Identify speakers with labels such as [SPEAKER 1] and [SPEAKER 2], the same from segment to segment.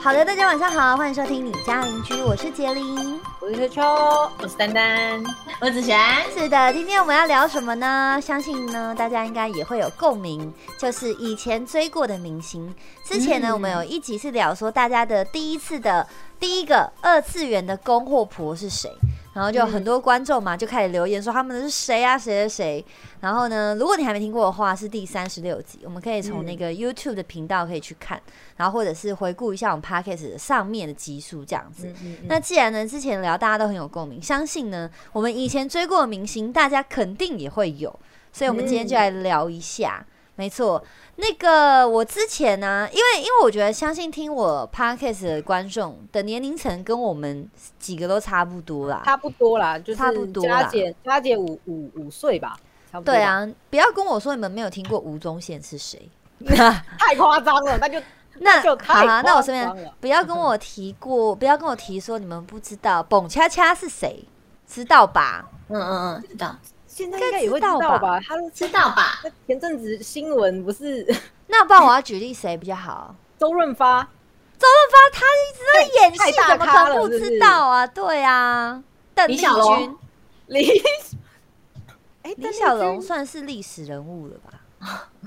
[SPEAKER 1] 好的，大家晚上好，欢迎收听你家邻居，我是杰林。
[SPEAKER 2] 我是秋秋，我是丹丹，
[SPEAKER 3] 我子璇，
[SPEAKER 1] 是的，今天我们要聊什么呢？相信呢，大家应该也会有共鸣，就是以前追过的明星。之前呢，
[SPEAKER 2] 嗯
[SPEAKER 1] 我们有一集是聊说大家的第一次的第一个二次元的公或婆是谁，然后就有很多观众嘛就开始留言说他们是谁啊，谁谁谁。然后呢，如果你还没听过的话，是第三十六集，我们可以从那个 YouTube 的频道可以去看，然后或者是回顾一下我们 Podcast 的上面的集数这样子。
[SPEAKER 2] 嗯
[SPEAKER 1] 那既然呢，之前聊大家都很有共鸣，相信呢，我们以前追过的明星，大家肯定也会有，所以我们今天
[SPEAKER 2] 嗯
[SPEAKER 1] 就来聊一下。没错，那个我之前呢、因为因为我觉得，相信听我 podcast 的观众的年龄层跟我们几个都差不多啦。
[SPEAKER 2] 差不多啦，就是
[SPEAKER 1] 差不多啦
[SPEAKER 2] 佳姐，佳姐五五五岁吧，差不多。
[SPEAKER 1] 对，啊，不要跟我说你们没有听过吴宗宪是谁。
[SPEAKER 2] 太夸张了，那就
[SPEAKER 1] 那
[SPEAKER 2] 就太
[SPEAKER 1] 好啦，啊那我身
[SPEAKER 2] 夸张
[SPEAKER 1] 边
[SPEAKER 2] 了
[SPEAKER 1] 不要跟我提过，不要跟我提说你们不知道蹦恰恰是谁，知道吧？
[SPEAKER 3] 嗯嗯嗯，知道
[SPEAKER 2] 现在应该也会知
[SPEAKER 1] 应该知道吧
[SPEAKER 2] 道吧？他
[SPEAKER 3] 知道吧？
[SPEAKER 2] 他前阵子新闻不是
[SPEAKER 1] 那不然我要举例谁比较好？
[SPEAKER 2] 周润发，
[SPEAKER 1] 周润发他一直在演戏，
[SPEAKER 2] 太
[SPEAKER 1] 怎么
[SPEAKER 2] 大咖
[SPEAKER 1] 可能不
[SPEAKER 2] 了
[SPEAKER 1] 知道啊？对啊，邓丽
[SPEAKER 3] 李小
[SPEAKER 1] 君
[SPEAKER 3] 龙，
[SPEAKER 2] 李，哎，
[SPEAKER 1] 李
[SPEAKER 2] 邓丽
[SPEAKER 1] 小龙
[SPEAKER 2] 君
[SPEAKER 1] 算是历史人物了吧？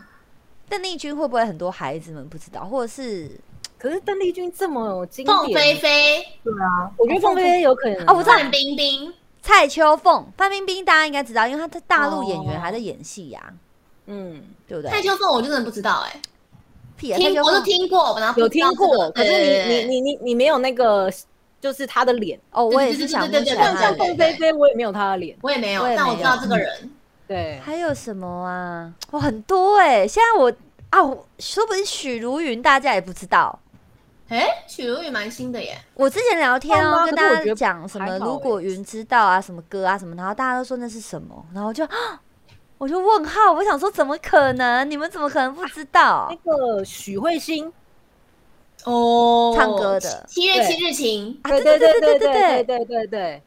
[SPEAKER 1] 邓丽君会不会很多孩子们不知道，或者是
[SPEAKER 2] 可是邓丽君这么经
[SPEAKER 3] 凤飞
[SPEAKER 2] 典，
[SPEAKER 3] 飞、
[SPEAKER 2] 我
[SPEAKER 1] 哦
[SPEAKER 2] 觉得凤飞飞有可能
[SPEAKER 1] 啊我知道
[SPEAKER 3] 范冰冰，
[SPEAKER 1] 蔡秋凤、范冰冰？大家应该知道，因为她在大陆演员
[SPEAKER 2] 哦
[SPEAKER 1] 还在演戏呀、
[SPEAKER 2] 嗯，
[SPEAKER 1] 对不对
[SPEAKER 3] 蔡？秋凤我就真的不知道哎，
[SPEAKER 1] 屁啊！蔡
[SPEAKER 3] 听
[SPEAKER 1] 秋
[SPEAKER 3] 我是
[SPEAKER 1] 凤
[SPEAKER 3] 听过，然后
[SPEAKER 2] 有听过，可是你
[SPEAKER 3] 你
[SPEAKER 2] 你你你你没有那个，就是他的脸，
[SPEAKER 1] 哦，我也
[SPEAKER 3] 对
[SPEAKER 1] 是
[SPEAKER 3] 对对
[SPEAKER 1] 想不
[SPEAKER 3] 对
[SPEAKER 1] 起
[SPEAKER 3] 对
[SPEAKER 1] 来
[SPEAKER 2] 像
[SPEAKER 3] 对
[SPEAKER 1] 她
[SPEAKER 2] 像
[SPEAKER 1] 的脸。
[SPEAKER 2] 凤飞飞，我也没有他的脸，
[SPEAKER 3] 我也没有
[SPEAKER 1] 我也，没有
[SPEAKER 3] 但我知道这个人，
[SPEAKER 2] 对，
[SPEAKER 1] 还有什么啊？哇，很多哎、现在我啊，我说不定许茹芸大家也不知道。
[SPEAKER 3] 哎，许茹芸蛮新的耶，
[SPEAKER 1] 我之前聊天
[SPEAKER 2] 棒
[SPEAKER 1] 哦，
[SPEAKER 2] 吗
[SPEAKER 1] 跟
[SPEAKER 2] 可是我
[SPEAKER 1] 大
[SPEAKER 2] 觉
[SPEAKER 1] 家
[SPEAKER 2] 得
[SPEAKER 1] 讲什
[SPEAKER 2] 还
[SPEAKER 1] 么
[SPEAKER 2] 好欸
[SPEAKER 1] 如果云知道啊，什么歌啊什么，然后大家都说那是什么，然后我就 啊我就问号，我想说怎么可能？你们怎么可能不知道
[SPEAKER 2] 那？个许慧欣，
[SPEAKER 3] 哦
[SPEAKER 1] 唱歌的
[SPEAKER 3] 七月七日晴，
[SPEAKER 1] 啊
[SPEAKER 2] 对
[SPEAKER 1] 对
[SPEAKER 2] 对
[SPEAKER 1] 对对对
[SPEAKER 2] 对对对
[SPEAKER 1] 对，
[SPEAKER 2] 对对对对。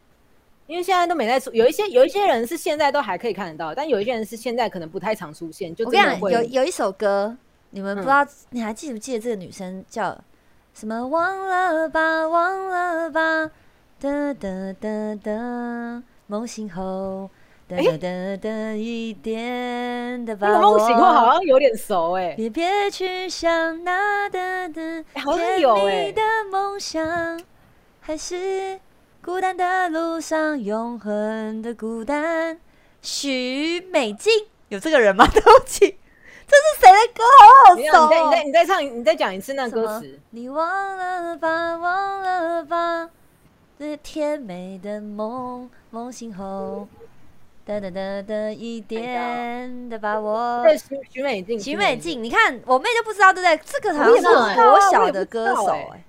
[SPEAKER 2] 因为现在都没在出，有一些有一些人是现在都还可以看得到，但有一些人是现在可能不太常出现，就
[SPEAKER 1] 我跟
[SPEAKER 2] 真
[SPEAKER 1] 你讲，
[SPEAKER 2] 的会
[SPEAKER 1] 有有一首歌，你们不
[SPEAKER 2] 嗯
[SPEAKER 1] 知道，你还记不记得这个女生叫什么？忘了吧，忘了吧，哒哒哒哒，梦醒后。哒哒哒哒，一点的把
[SPEAKER 2] 那个梦醒后
[SPEAKER 1] 我
[SPEAKER 2] 好像有点熟哎、
[SPEAKER 1] 别别去想那的的
[SPEAKER 2] 哎好像有
[SPEAKER 1] 甜蜜
[SPEAKER 2] 哎
[SPEAKER 1] 的梦想，还是孤单的路上永恒的孤单。许美静有这个人吗？对不起， 这是谁的歌？好
[SPEAKER 2] 没有，
[SPEAKER 1] 好
[SPEAKER 2] 你再
[SPEAKER 1] 熟、哦。
[SPEAKER 2] 你再你再唱，你再讲一次那
[SPEAKER 1] 什
[SPEAKER 2] 歌
[SPEAKER 1] 么
[SPEAKER 2] 词。
[SPEAKER 1] 你忘了吧，忘了吧，这甜美的梦，梦醒后，哒哒哒哒，一点的把我
[SPEAKER 2] 对，许许美静，
[SPEAKER 1] 许美，静，你看我妹就不知道，对不对？这个好像
[SPEAKER 3] 我也不知道
[SPEAKER 1] 是
[SPEAKER 3] 哎
[SPEAKER 1] 国小的歌手
[SPEAKER 2] 啊我
[SPEAKER 1] 哎
[SPEAKER 2] 也、不知道欸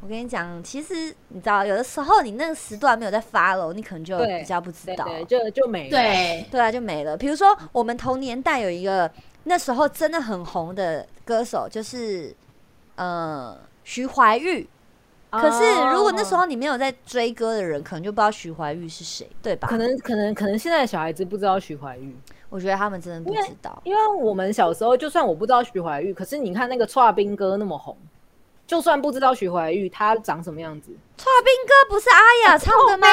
[SPEAKER 1] 我跟你讲，其实你知道，有的时候你那个时段没有在 follow，你可能就
[SPEAKER 2] 对
[SPEAKER 1] 比较不知
[SPEAKER 2] 对
[SPEAKER 1] 道。啊
[SPEAKER 2] 对，就就没了。
[SPEAKER 3] 对，
[SPEAKER 1] 对啊，就没了。比如说，我们同年代有一个那时候真的很红的歌手，就是呃徐怀钰。
[SPEAKER 2] 哦
[SPEAKER 1] 可是如果那时候你没有在追歌的人，可能就不知道徐怀钰是谁，对吧？
[SPEAKER 2] 可能可能可能现在的小孩子不知道徐怀钰，
[SPEAKER 1] 我觉得他们真的不
[SPEAKER 2] 因为
[SPEAKER 1] 知道。
[SPEAKER 2] 因为我们小时候就算我不知道徐怀钰，可是你看那个蔡斌哥那么红，就算不知道徐怀钰他长什么样子，
[SPEAKER 1] 蔡斌哥不是阿雅唱的吗？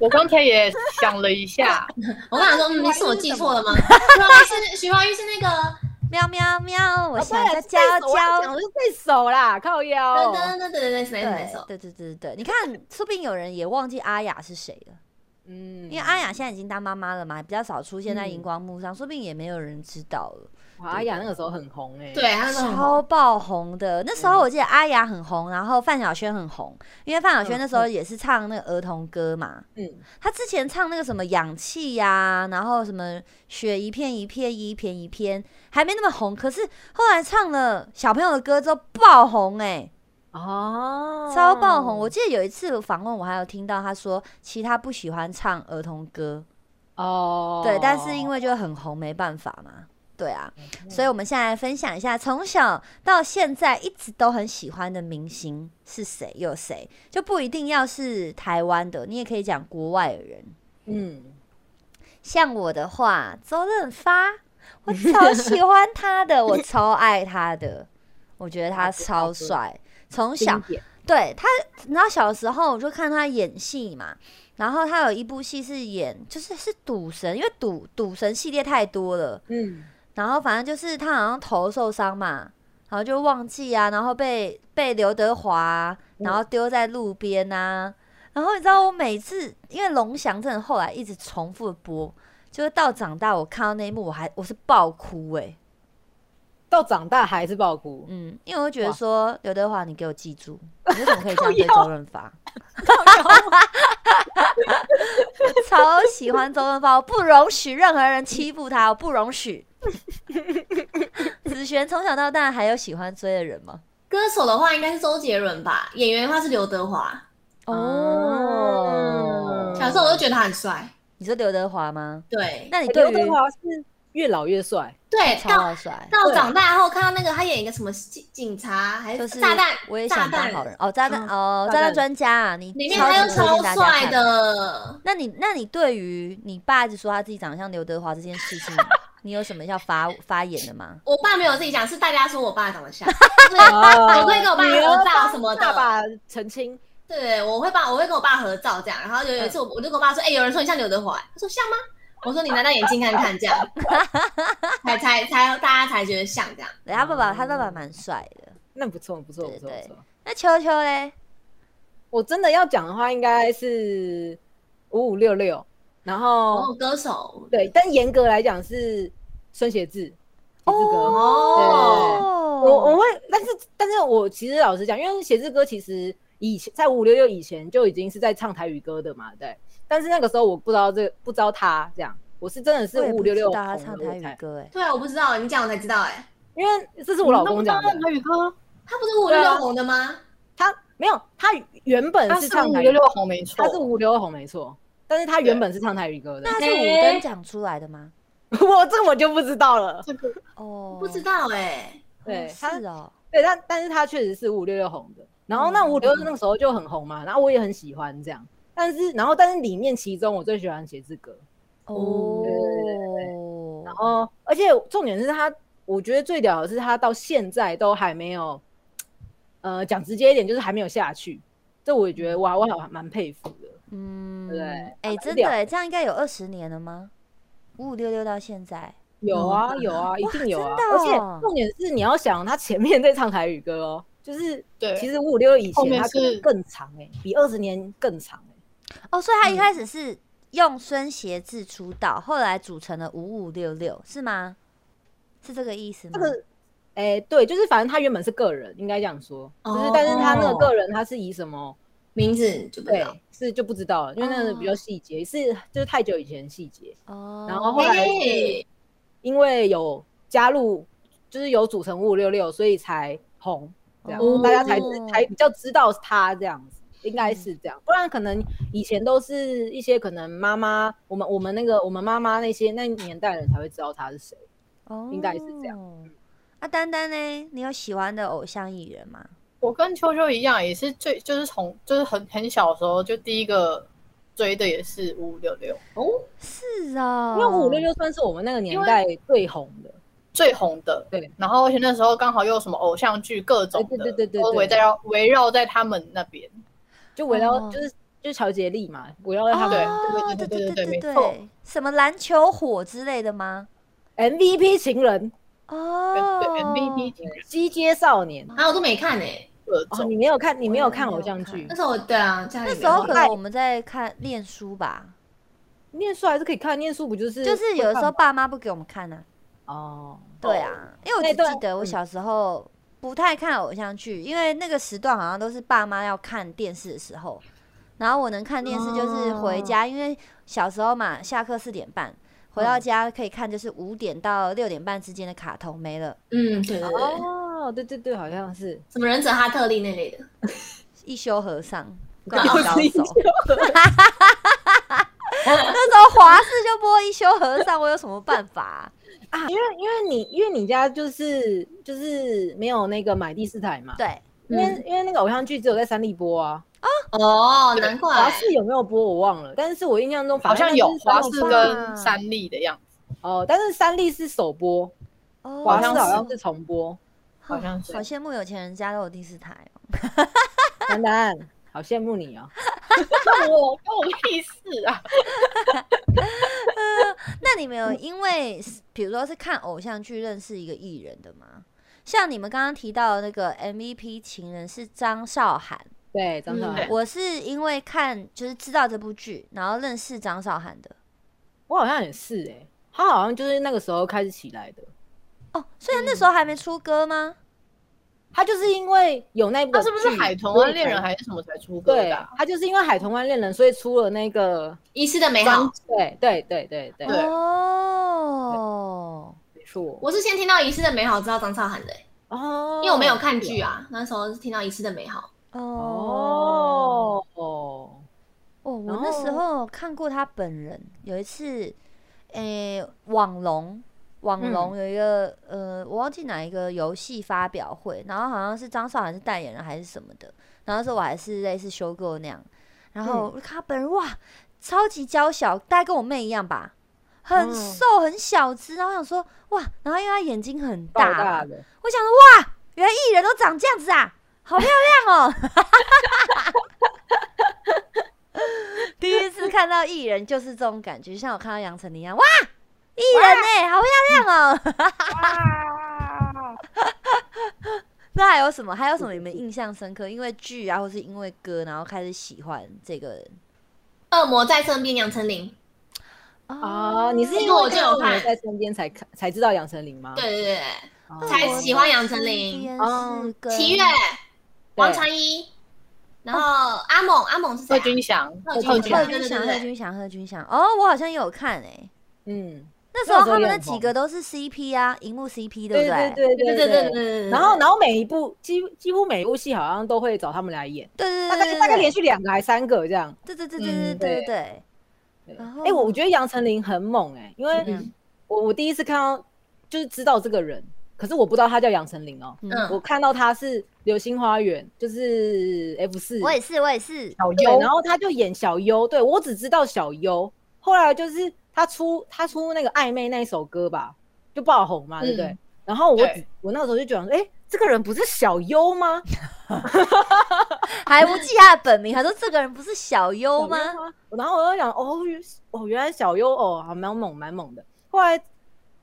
[SPEAKER 4] 我刚才也想了一下，
[SPEAKER 3] 我刚想说，嗯，是我记错了吗？徐怀钰是徐怀钰是那个
[SPEAKER 1] 喵喵喵，我
[SPEAKER 2] 啊
[SPEAKER 1] 想
[SPEAKER 2] 对
[SPEAKER 1] 要
[SPEAKER 2] 是
[SPEAKER 1] 娇
[SPEAKER 2] 这首我要
[SPEAKER 1] 娇
[SPEAKER 2] 啊讲。的是这首啦，靠腰
[SPEAKER 3] 噔。噔噔噔噔噔谁谁谁，
[SPEAKER 1] 对对对对对，你看，说不定有人也忘记阿雅是谁了，
[SPEAKER 2] 嗯
[SPEAKER 1] 因为阿雅现在已经当妈妈了嘛，比较少出现在
[SPEAKER 2] 嗯
[SPEAKER 1] 荧光幕上，说不定也没有人知道了。
[SPEAKER 2] 哇阿雅那个时候很红哎、欸，
[SPEAKER 3] 对，他那种
[SPEAKER 1] 超爆红的，那时候我记得阿雅很红，然后范晓萱很红，因为范晓萱
[SPEAKER 2] 嗯
[SPEAKER 1] 那时候也是唱那个儿童歌嘛，
[SPEAKER 2] 嗯，
[SPEAKER 1] 她之前唱那个什么氧气呀、然后什么雪一片一片一片一片，还没那么红，可是后来唱了小朋友的歌之后爆红哎、
[SPEAKER 2] 哦，
[SPEAKER 1] 超爆红！我记得有一次访问，我还有听到他说，其实他不喜欢唱儿童歌，
[SPEAKER 2] 哦，嗯
[SPEAKER 1] 对，但是因为就很红，没办法嘛，对啊，所以我们现在来分享一下从小到现在一直都很喜欢的明星是谁，有谁就不一定要是台湾的，你也可以讲国外的人。
[SPEAKER 2] 嗯，
[SPEAKER 1] 像我的话，周润发，我超喜欢他的，我超爱他的。我觉得他
[SPEAKER 2] 杰
[SPEAKER 1] 超
[SPEAKER 2] 克
[SPEAKER 1] 帅，从
[SPEAKER 2] 经
[SPEAKER 1] 小
[SPEAKER 2] 典
[SPEAKER 1] 对他，你知道小时候我就看他演戏嘛，然后他有一部戏是演就是是赌神，因为赌赌神系列太多了，
[SPEAKER 2] 嗯，
[SPEAKER 1] 然后反正就是他好像头受伤嘛，然后就忘记啊，然后被被刘德华啊、然后丢在路边啊。然后你知道我每次因为龙翔真的后来一直重复地播，就是到长大我看到那一幕我还我是爆哭哎、
[SPEAKER 2] 到长大还是爆哭，
[SPEAKER 1] 嗯，因为我会觉得
[SPEAKER 2] 哇
[SPEAKER 1] 说刘德华你给我记 住，你为什么可以这样对周润发？我 超喜欢周润发，我不容许任何人欺负他，我不容许。子璇从小到大还有喜欢追的人吗？
[SPEAKER 3] 歌手的话应该是周杰伦吧，演员的话是刘德华。
[SPEAKER 1] 哦，
[SPEAKER 3] 小时候我就觉得他很帅，
[SPEAKER 1] 你说刘德华吗？
[SPEAKER 3] 对
[SPEAKER 1] 那你对
[SPEAKER 2] 刘德
[SPEAKER 1] 于
[SPEAKER 2] 华是越老越 帅，
[SPEAKER 3] 对，到
[SPEAKER 1] 超帅，
[SPEAKER 3] 到长大后看到那个他演一个什么警警察还
[SPEAKER 1] 就是是
[SPEAKER 3] 炸弹，
[SPEAKER 1] 我也
[SPEAKER 3] 炸
[SPEAKER 1] 想当
[SPEAKER 3] 弹嗯
[SPEAKER 1] 好人哦，炸弹哦，
[SPEAKER 2] 炸
[SPEAKER 1] 炸弹
[SPEAKER 2] 弹
[SPEAKER 1] 专家啊，你
[SPEAKER 3] 里面
[SPEAKER 1] 超级
[SPEAKER 3] 他又
[SPEAKER 1] 推荐
[SPEAKER 3] 超
[SPEAKER 1] 大家
[SPEAKER 3] 帅
[SPEAKER 1] 看
[SPEAKER 3] 的。
[SPEAKER 1] 那你那你对于你爸一直说他自己长得像刘德华这件事 情，你有什么要发发言的吗？
[SPEAKER 3] 我爸没有自己讲，是大家说我爸长 得像。
[SPEAKER 2] 我
[SPEAKER 1] 哦
[SPEAKER 3] 我会跟我爸合照什么的
[SPEAKER 2] 爸爸澄清，
[SPEAKER 3] 对，我会帮我会跟我爸合照这样，然后有有一次我我就跟我爸说，哎、有人说你像刘德华，他说像吗？我说你拿戴眼镜看看这样， 才才才大家才觉得像这样。
[SPEAKER 1] 对他爸爸，他爸爸蛮帅的。
[SPEAKER 2] 那不错不错
[SPEAKER 1] 对
[SPEAKER 2] 不错
[SPEAKER 1] 对
[SPEAKER 2] 不错。
[SPEAKER 1] 那球球嘞？
[SPEAKER 2] 我真的要讲的话，应该是五五六六，然
[SPEAKER 1] 哦
[SPEAKER 2] 后、
[SPEAKER 3] 然后歌手
[SPEAKER 2] 对，但严格来讲是孙协志，协志哥。
[SPEAKER 3] 哦，
[SPEAKER 2] 我我会，但是但是我其实老实讲，因为写字歌其实以前在五六六以前就已经是在唱台语歌的嘛，对。但是那个时候我不知道这不知道他这样，我是真的是
[SPEAKER 1] 我也
[SPEAKER 2] 五
[SPEAKER 1] 不
[SPEAKER 2] 六
[SPEAKER 1] 知
[SPEAKER 2] 六
[SPEAKER 1] 道他唱
[SPEAKER 2] 红的
[SPEAKER 1] 台
[SPEAKER 2] 我
[SPEAKER 1] 语
[SPEAKER 2] 才，
[SPEAKER 1] 歌哎，
[SPEAKER 3] 对啊，我不知道，你讲我才知道哎、
[SPEAKER 2] 因为这是我老公讲的，
[SPEAKER 4] 台语歌，
[SPEAKER 3] 他不是五六六红的吗？
[SPEAKER 2] 他没有他原本
[SPEAKER 4] 他
[SPEAKER 2] 是
[SPEAKER 4] 是
[SPEAKER 2] 唱
[SPEAKER 4] 五
[SPEAKER 2] 台
[SPEAKER 4] 六
[SPEAKER 2] 语，
[SPEAKER 4] 六红没错，
[SPEAKER 2] 他是五六六红没错，但是他原本是唱台语歌的
[SPEAKER 1] 那，他是
[SPEAKER 3] 哎
[SPEAKER 1] 五根讲出来的吗？
[SPEAKER 2] 我这个我就不知道了。
[SPEAKER 4] 这个
[SPEAKER 1] 哦，
[SPEAKER 3] 不知道
[SPEAKER 1] 哦，
[SPEAKER 3] 哎、
[SPEAKER 2] 对，欸他
[SPEAKER 1] 是哦，
[SPEAKER 2] 对，但但是他确实是五六六红的。然后那
[SPEAKER 1] 嗯
[SPEAKER 2] 五六六那个时候就很红嘛，然后我也很喜欢这样。但是然后但是里面其中我最喜欢写字歌，
[SPEAKER 1] 哦
[SPEAKER 2] 对对然后而且重点是他，我觉得最屌的是他到现在都还没有，呃，讲直接一点就是还没有下去。这我也觉得哇，我还蛮佩服的。
[SPEAKER 1] 嗯
[SPEAKER 2] 对
[SPEAKER 1] 哎，
[SPEAKER 2] 蛮
[SPEAKER 1] 真的
[SPEAKER 2] 屌
[SPEAKER 1] 哎，这样应该有二十年了吗？五五六六到现在，
[SPEAKER 2] 有啊有啊，一定有啊！
[SPEAKER 1] 嗯真的
[SPEAKER 2] 而且
[SPEAKER 1] 哦
[SPEAKER 2] 重点是你要想，他前面在唱台语歌哦，就是
[SPEAKER 4] 对
[SPEAKER 2] 其实五五六六以
[SPEAKER 4] 后
[SPEAKER 2] 前
[SPEAKER 4] 面
[SPEAKER 2] 他可能
[SPEAKER 4] 是
[SPEAKER 2] 更长哎、比二十年更长哎、
[SPEAKER 1] 哦，所以他一开始是用孙协志出道，后来组成了五五六六，是吗？是这个意思吗？
[SPEAKER 2] 这个，哎、对，就是反正他原本是个人，应该这样说，就是
[SPEAKER 3] 哦啊
[SPEAKER 2] 但是他那个个人他是以什么？
[SPEAKER 3] 名字就不知
[SPEAKER 2] 对
[SPEAKER 3] 道。，
[SPEAKER 2] 是就不知道了，因为那个比较细节，是就是太久以前的细节。
[SPEAKER 1] 哦，
[SPEAKER 2] 然后后来是
[SPEAKER 3] 嘿
[SPEAKER 2] 因为有加入，就是有组成五五六六，所以才红，这样、
[SPEAKER 1] 哦
[SPEAKER 2] 大家才知才比较知道他这样子。应该是这样，不然可能以前都是一些可能妈妈，我们我们那个我们妈妈那些那年代人才会知道他是谁。
[SPEAKER 1] 哦
[SPEAKER 2] 应该是这样。嗯
[SPEAKER 1] 啊，丹丹呢？你有喜欢的偶像艺人吗？
[SPEAKER 4] 我跟秋秋一样，也是最就是从就是很很小的时候就第一个追的也是五五六六，
[SPEAKER 3] 哦，
[SPEAKER 1] 是啊、
[SPEAKER 2] 因为五五六六算是我们那个年代最红的，
[SPEAKER 4] 最红的。
[SPEAKER 2] 对，
[SPEAKER 4] 然后而且那时候刚好又有什么偶像剧各种的，
[SPEAKER 2] 对对对对对
[SPEAKER 4] 都围绕围绕在他们那边。
[SPEAKER 2] 就围绕、
[SPEAKER 1] 哦
[SPEAKER 2] 就是就是乔杰利嘛，围绕在他们
[SPEAKER 1] 哦
[SPEAKER 4] 对
[SPEAKER 1] 对
[SPEAKER 4] 对对对对
[SPEAKER 1] 对
[SPEAKER 4] 对没错
[SPEAKER 1] 什么篮球火之类的吗？
[SPEAKER 2] MVP 情人、
[SPEAKER 1] 哦，
[SPEAKER 4] 对，MVP
[SPEAKER 2] 啊
[SPEAKER 4] 情人
[SPEAKER 2] 西街少年。
[SPEAKER 3] 啊，我都没看哎、
[SPEAKER 4] 各
[SPEAKER 2] 哦，
[SPEAKER 4] 种，
[SPEAKER 2] 你没有看，你没有看
[SPEAKER 1] 我也没
[SPEAKER 2] 偶
[SPEAKER 1] 有
[SPEAKER 2] 像剧
[SPEAKER 3] 那，时候我对啊，家里
[SPEAKER 1] 那
[SPEAKER 3] 没
[SPEAKER 1] 时候
[SPEAKER 3] 有
[SPEAKER 1] 可能我们在看念书吧，
[SPEAKER 2] 念书还是可以看，念书不就是
[SPEAKER 1] 就是有
[SPEAKER 2] 会
[SPEAKER 1] 时
[SPEAKER 2] 看
[SPEAKER 1] 候
[SPEAKER 2] 吗
[SPEAKER 1] 爸妈不给我们看呢、啊
[SPEAKER 2] 哦，
[SPEAKER 1] 对啊，因为我
[SPEAKER 2] 那
[SPEAKER 1] 只
[SPEAKER 2] 段
[SPEAKER 1] 记得我
[SPEAKER 2] 嗯
[SPEAKER 1] 小时候不太看偶像剧，因为那个时段好像都是爸妈要看电视的时候，然后我能看电视就是回
[SPEAKER 2] 哦
[SPEAKER 1] 家，因为小时候嘛，下课四点半。回
[SPEAKER 2] 嗯
[SPEAKER 1] 到家可以看，就是五点到六点半之间的卡通没了，
[SPEAKER 3] 嗯，对对对，
[SPEAKER 2] 哦，对对对，好像是
[SPEAKER 3] 什么忍者哈特利那类的，
[SPEAKER 1] 一休和 尚、
[SPEAKER 3] 又
[SPEAKER 1] 灌篮高
[SPEAKER 2] 是一
[SPEAKER 1] 手。那时候华视就播一休和尚，我有什么办法 啊、
[SPEAKER 2] 啊，因为因为你因为你家就是就是没有那个买第四台嘛，，
[SPEAKER 1] 对，嗯
[SPEAKER 2] 因为、因为那个偶像剧只有在三立播啊，
[SPEAKER 3] 哦，难怪
[SPEAKER 2] 华视有没有播我忘了，但是我印象中
[SPEAKER 4] 好
[SPEAKER 2] 反正
[SPEAKER 4] 像有
[SPEAKER 2] 就是三
[SPEAKER 4] 华
[SPEAKER 2] 立
[SPEAKER 4] 视
[SPEAKER 2] 播
[SPEAKER 4] 跟三立的样子。
[SPEAKER 2] 哦，但是三立是首播，
[SPEAKER 1] 哦
[SPEAKER 2] 华视
[SPEAKER 4] 像
[SPEAKER 2] 好
[SPEAKER 4] 是
[SPEAKER 2] 像是重播，
[SPEAKER 4] 好像是
[SPEAKER 1] 好。羡慕有钱人家都有第四台哦。
[SPEAKER 2] 丹丹，好羡慕你哦。
[SPEAKER 4] 那我关我屁 事啊！
[SPEAKER 1] 那你们有因为比如说是看偶像剧认识一个艺人的吗？像你们刚刚提到的那个 MVP 情人是张韶涵，
[SPEAKER 2] 对，张韶
[SPEAKER 3] 嗯
[SPEAKER 2] 涵，
[SPEAKER 1] 我是因为看就是知道这部剧，然后认识张韶涵的。
[SPEAKER 2] 我好像也是哎、他好像就是那个时候开始起来的。
[SPEAKER 1] 哦，所以他那时候还没出歌吗？
[SPEAKER 2] 他就是因为有那部
[SPEAKER 4] 他
[SPEAKER 2] 剧，
[SPEAKER 4] 是不是海豚
[SPEAKER 2] 所以
[SPEAKER 4] 湾恋人
[SPEAKER 2] 才
[SPEAKER 4] 还是什么才出歌
[SPEAKER 2] 对
[SPEAKER 4] 的啊？，
[SPEAKER 2] 他就是因为海豚湾恋人，所以出了那个
[SPEAKER 3] 遗失的美好。
[SPEAKER 2] 对对对对嗯对，
[SPEAKER 4] 对
[SPEAKER 1] 哦，
[SPEAKER 2] 没错。
[SPEAKER 3] 我是先听到《遗失的美好》，知道张韶涵的、欸
[SPEAKER 2] 哦，
[SPEAKER 3] 因为我没有看剧啊，那时候是听到《遗失的美好
[SPEAKER 1] 哦，
[SPEAKER 2] 哦哦，
[SPEAKER 1] 哦，我
[SPEAKER 2] 然
[SPEAKER 1] 那时
[SPEAKER 2] 后
[SPEAKER 1] 候看过他本人，有一次，诶、网龙，网
[SPEAKER 2] 嗯
[SPEAKER 1] 龙有一个、呃，我忘记哪一个游戏发表会，然后好像是张韶涵是代言人还是什么的，然后那时候我还是类似修购那样，然后
[SPEAKER 2] 嗯
[SPEAKER 1] 我就看他本人，哇，超级娇小，大概跟我妹一样吧，很
[SPEAKER 2] 嗯
[SPEAKER 1] 瘦很小只，然后我想说哇，然后因为他眼睛很
[SPEAKER 2] 爆
[SPEAKER 1] 大嘛，
[SPEAKER 2] 大的，
[SPEAKER 1] 我想说哇，原来艺人都长这样子啊，好漂亮哦！第一次看到艺人就是这种感觉，像我看到杨丞琳一样，哇，艺人哎、好漂亮
[SPEAKER 2] 嗯
[SPEAKER 1] 哦！那还有什么？还有什么你
[SPEAKER 2] 嗯
[SPEAKER 1] 们印象深刻？因为剧啊，或是因为歌，然后开始喜欢这个人》，
[SPEAKER 3] 《恶魔在身边》，杨丞琳。
[SPEAKER 2] 哦，你是因
[SPEAKER 3] 因为我
[SPEAKER 2] 为
[SPEAKER 3] 就有
[SPEAKER 2] 看到你
[SPEAKER 3] 看
[SPEAKER 2] 在身边才看才知道杨丞琳吗？
[SPEAKER 3] 对对对
[SPEAKER 2] 哦，
[SPEAKER 3] 才喜欢杨丞琳嗯
[SPEAKER 1] 哦，
[SPEAKER 3] 对，齐越、王传一，然后阿猛，阿猛是谁
[SPEAKER 4] 贺
[SPEAKER 3] 啊？
[SPEAKER 4] 军翔，
[SPEAKER 3] 贺军
[SPEAKER 1] 贺
[SPEAKER 3] 翔
[SPEAKER 4] 翔，
[SPEAKER 1] 军翔，
[SPEAKER 3] 对对对
[SPEAKER 1] 贺军翔，贺军翔。哦，我好像也有看诶、
[SPEAKER 2] 嗯，
[SPEAKER 1] 那时候
[SPEAKER 2] 那时候
[SPEAKER 1] 他们
[SPEAKER 2] 也
[SPEAKER 1] 那
[SPEAKER 2] 很
[SPEAKER 1] 几
[SPEAKER 2] 红
[SPEAKER 1] 个都是 CP 啊，荧幕 CP 对
[SPEAKER 2] 对
[SPEAKER 1] 不
[SPEAKER 2] 对
[SPEAKER 1] 对
[SPEAKER 2] 对
[SPEAKER 3] 对对对对对
[SPEAKER 1] 嗯
[SPEAKER 3] 对。
[SPEAKER 2] 然后，然后每一部几几乎每一部戏好像都会找他们来演，
[SPEAKER 1] 对
[SPEAKER 2] 大
[SPEAKER 1] 对
[SPEAKER 2] 概
[SPEAKER 1] 对，
[SPEAKER 2] 大概连续两个还三个这样。
[SPEAKER 1] 对对对对对
[SPEAKER 4] 嗯
[SPEAKER 1] 对对
[SPEAKER 2] 对对
[SPEAKER 1] 然后
[SPEAKER 2] 哎、我我觉得杨丞琳很猛哎、因
[SPEAKER 1] 嗯怎么样
[SPEAKER 2] 为我我第一次看到就是知道这个人，可是我不知道他叫杨丞琳哦，
[SPEAKER 1] 嗯
[SPEAKER 2] 我
[SPEAKER 3] 嗯，
[SPEAKER 2] 看到他是《流星花园》，就是 F 四，
[SPEAKER 1] 我也是我也是，
[SPEAKER 4] 小
[SPEAKER 2] 对，然
[SPEAKER 4] 优，
[SPEAKER 2] 后他就演小优，对我只知道小优，后来就是他出他出那个暧昧那一首歌吧，就爆红嘛，对不对
[SPEAKER 4] 嗯？
[SPEAKER 2] 然后我
[SPEAKER 4] 对
[SPEAKER 2] 只我那个时候就觉得，哎、这个人不是小优吗？
[SPEAKER 1] 还不记他的本名，还说这个人不是小优吗？
[SPEAKER 2] 小优吗？然后我就想，哦原哦，原来小优哦，还蛮猛蛮猛的。后来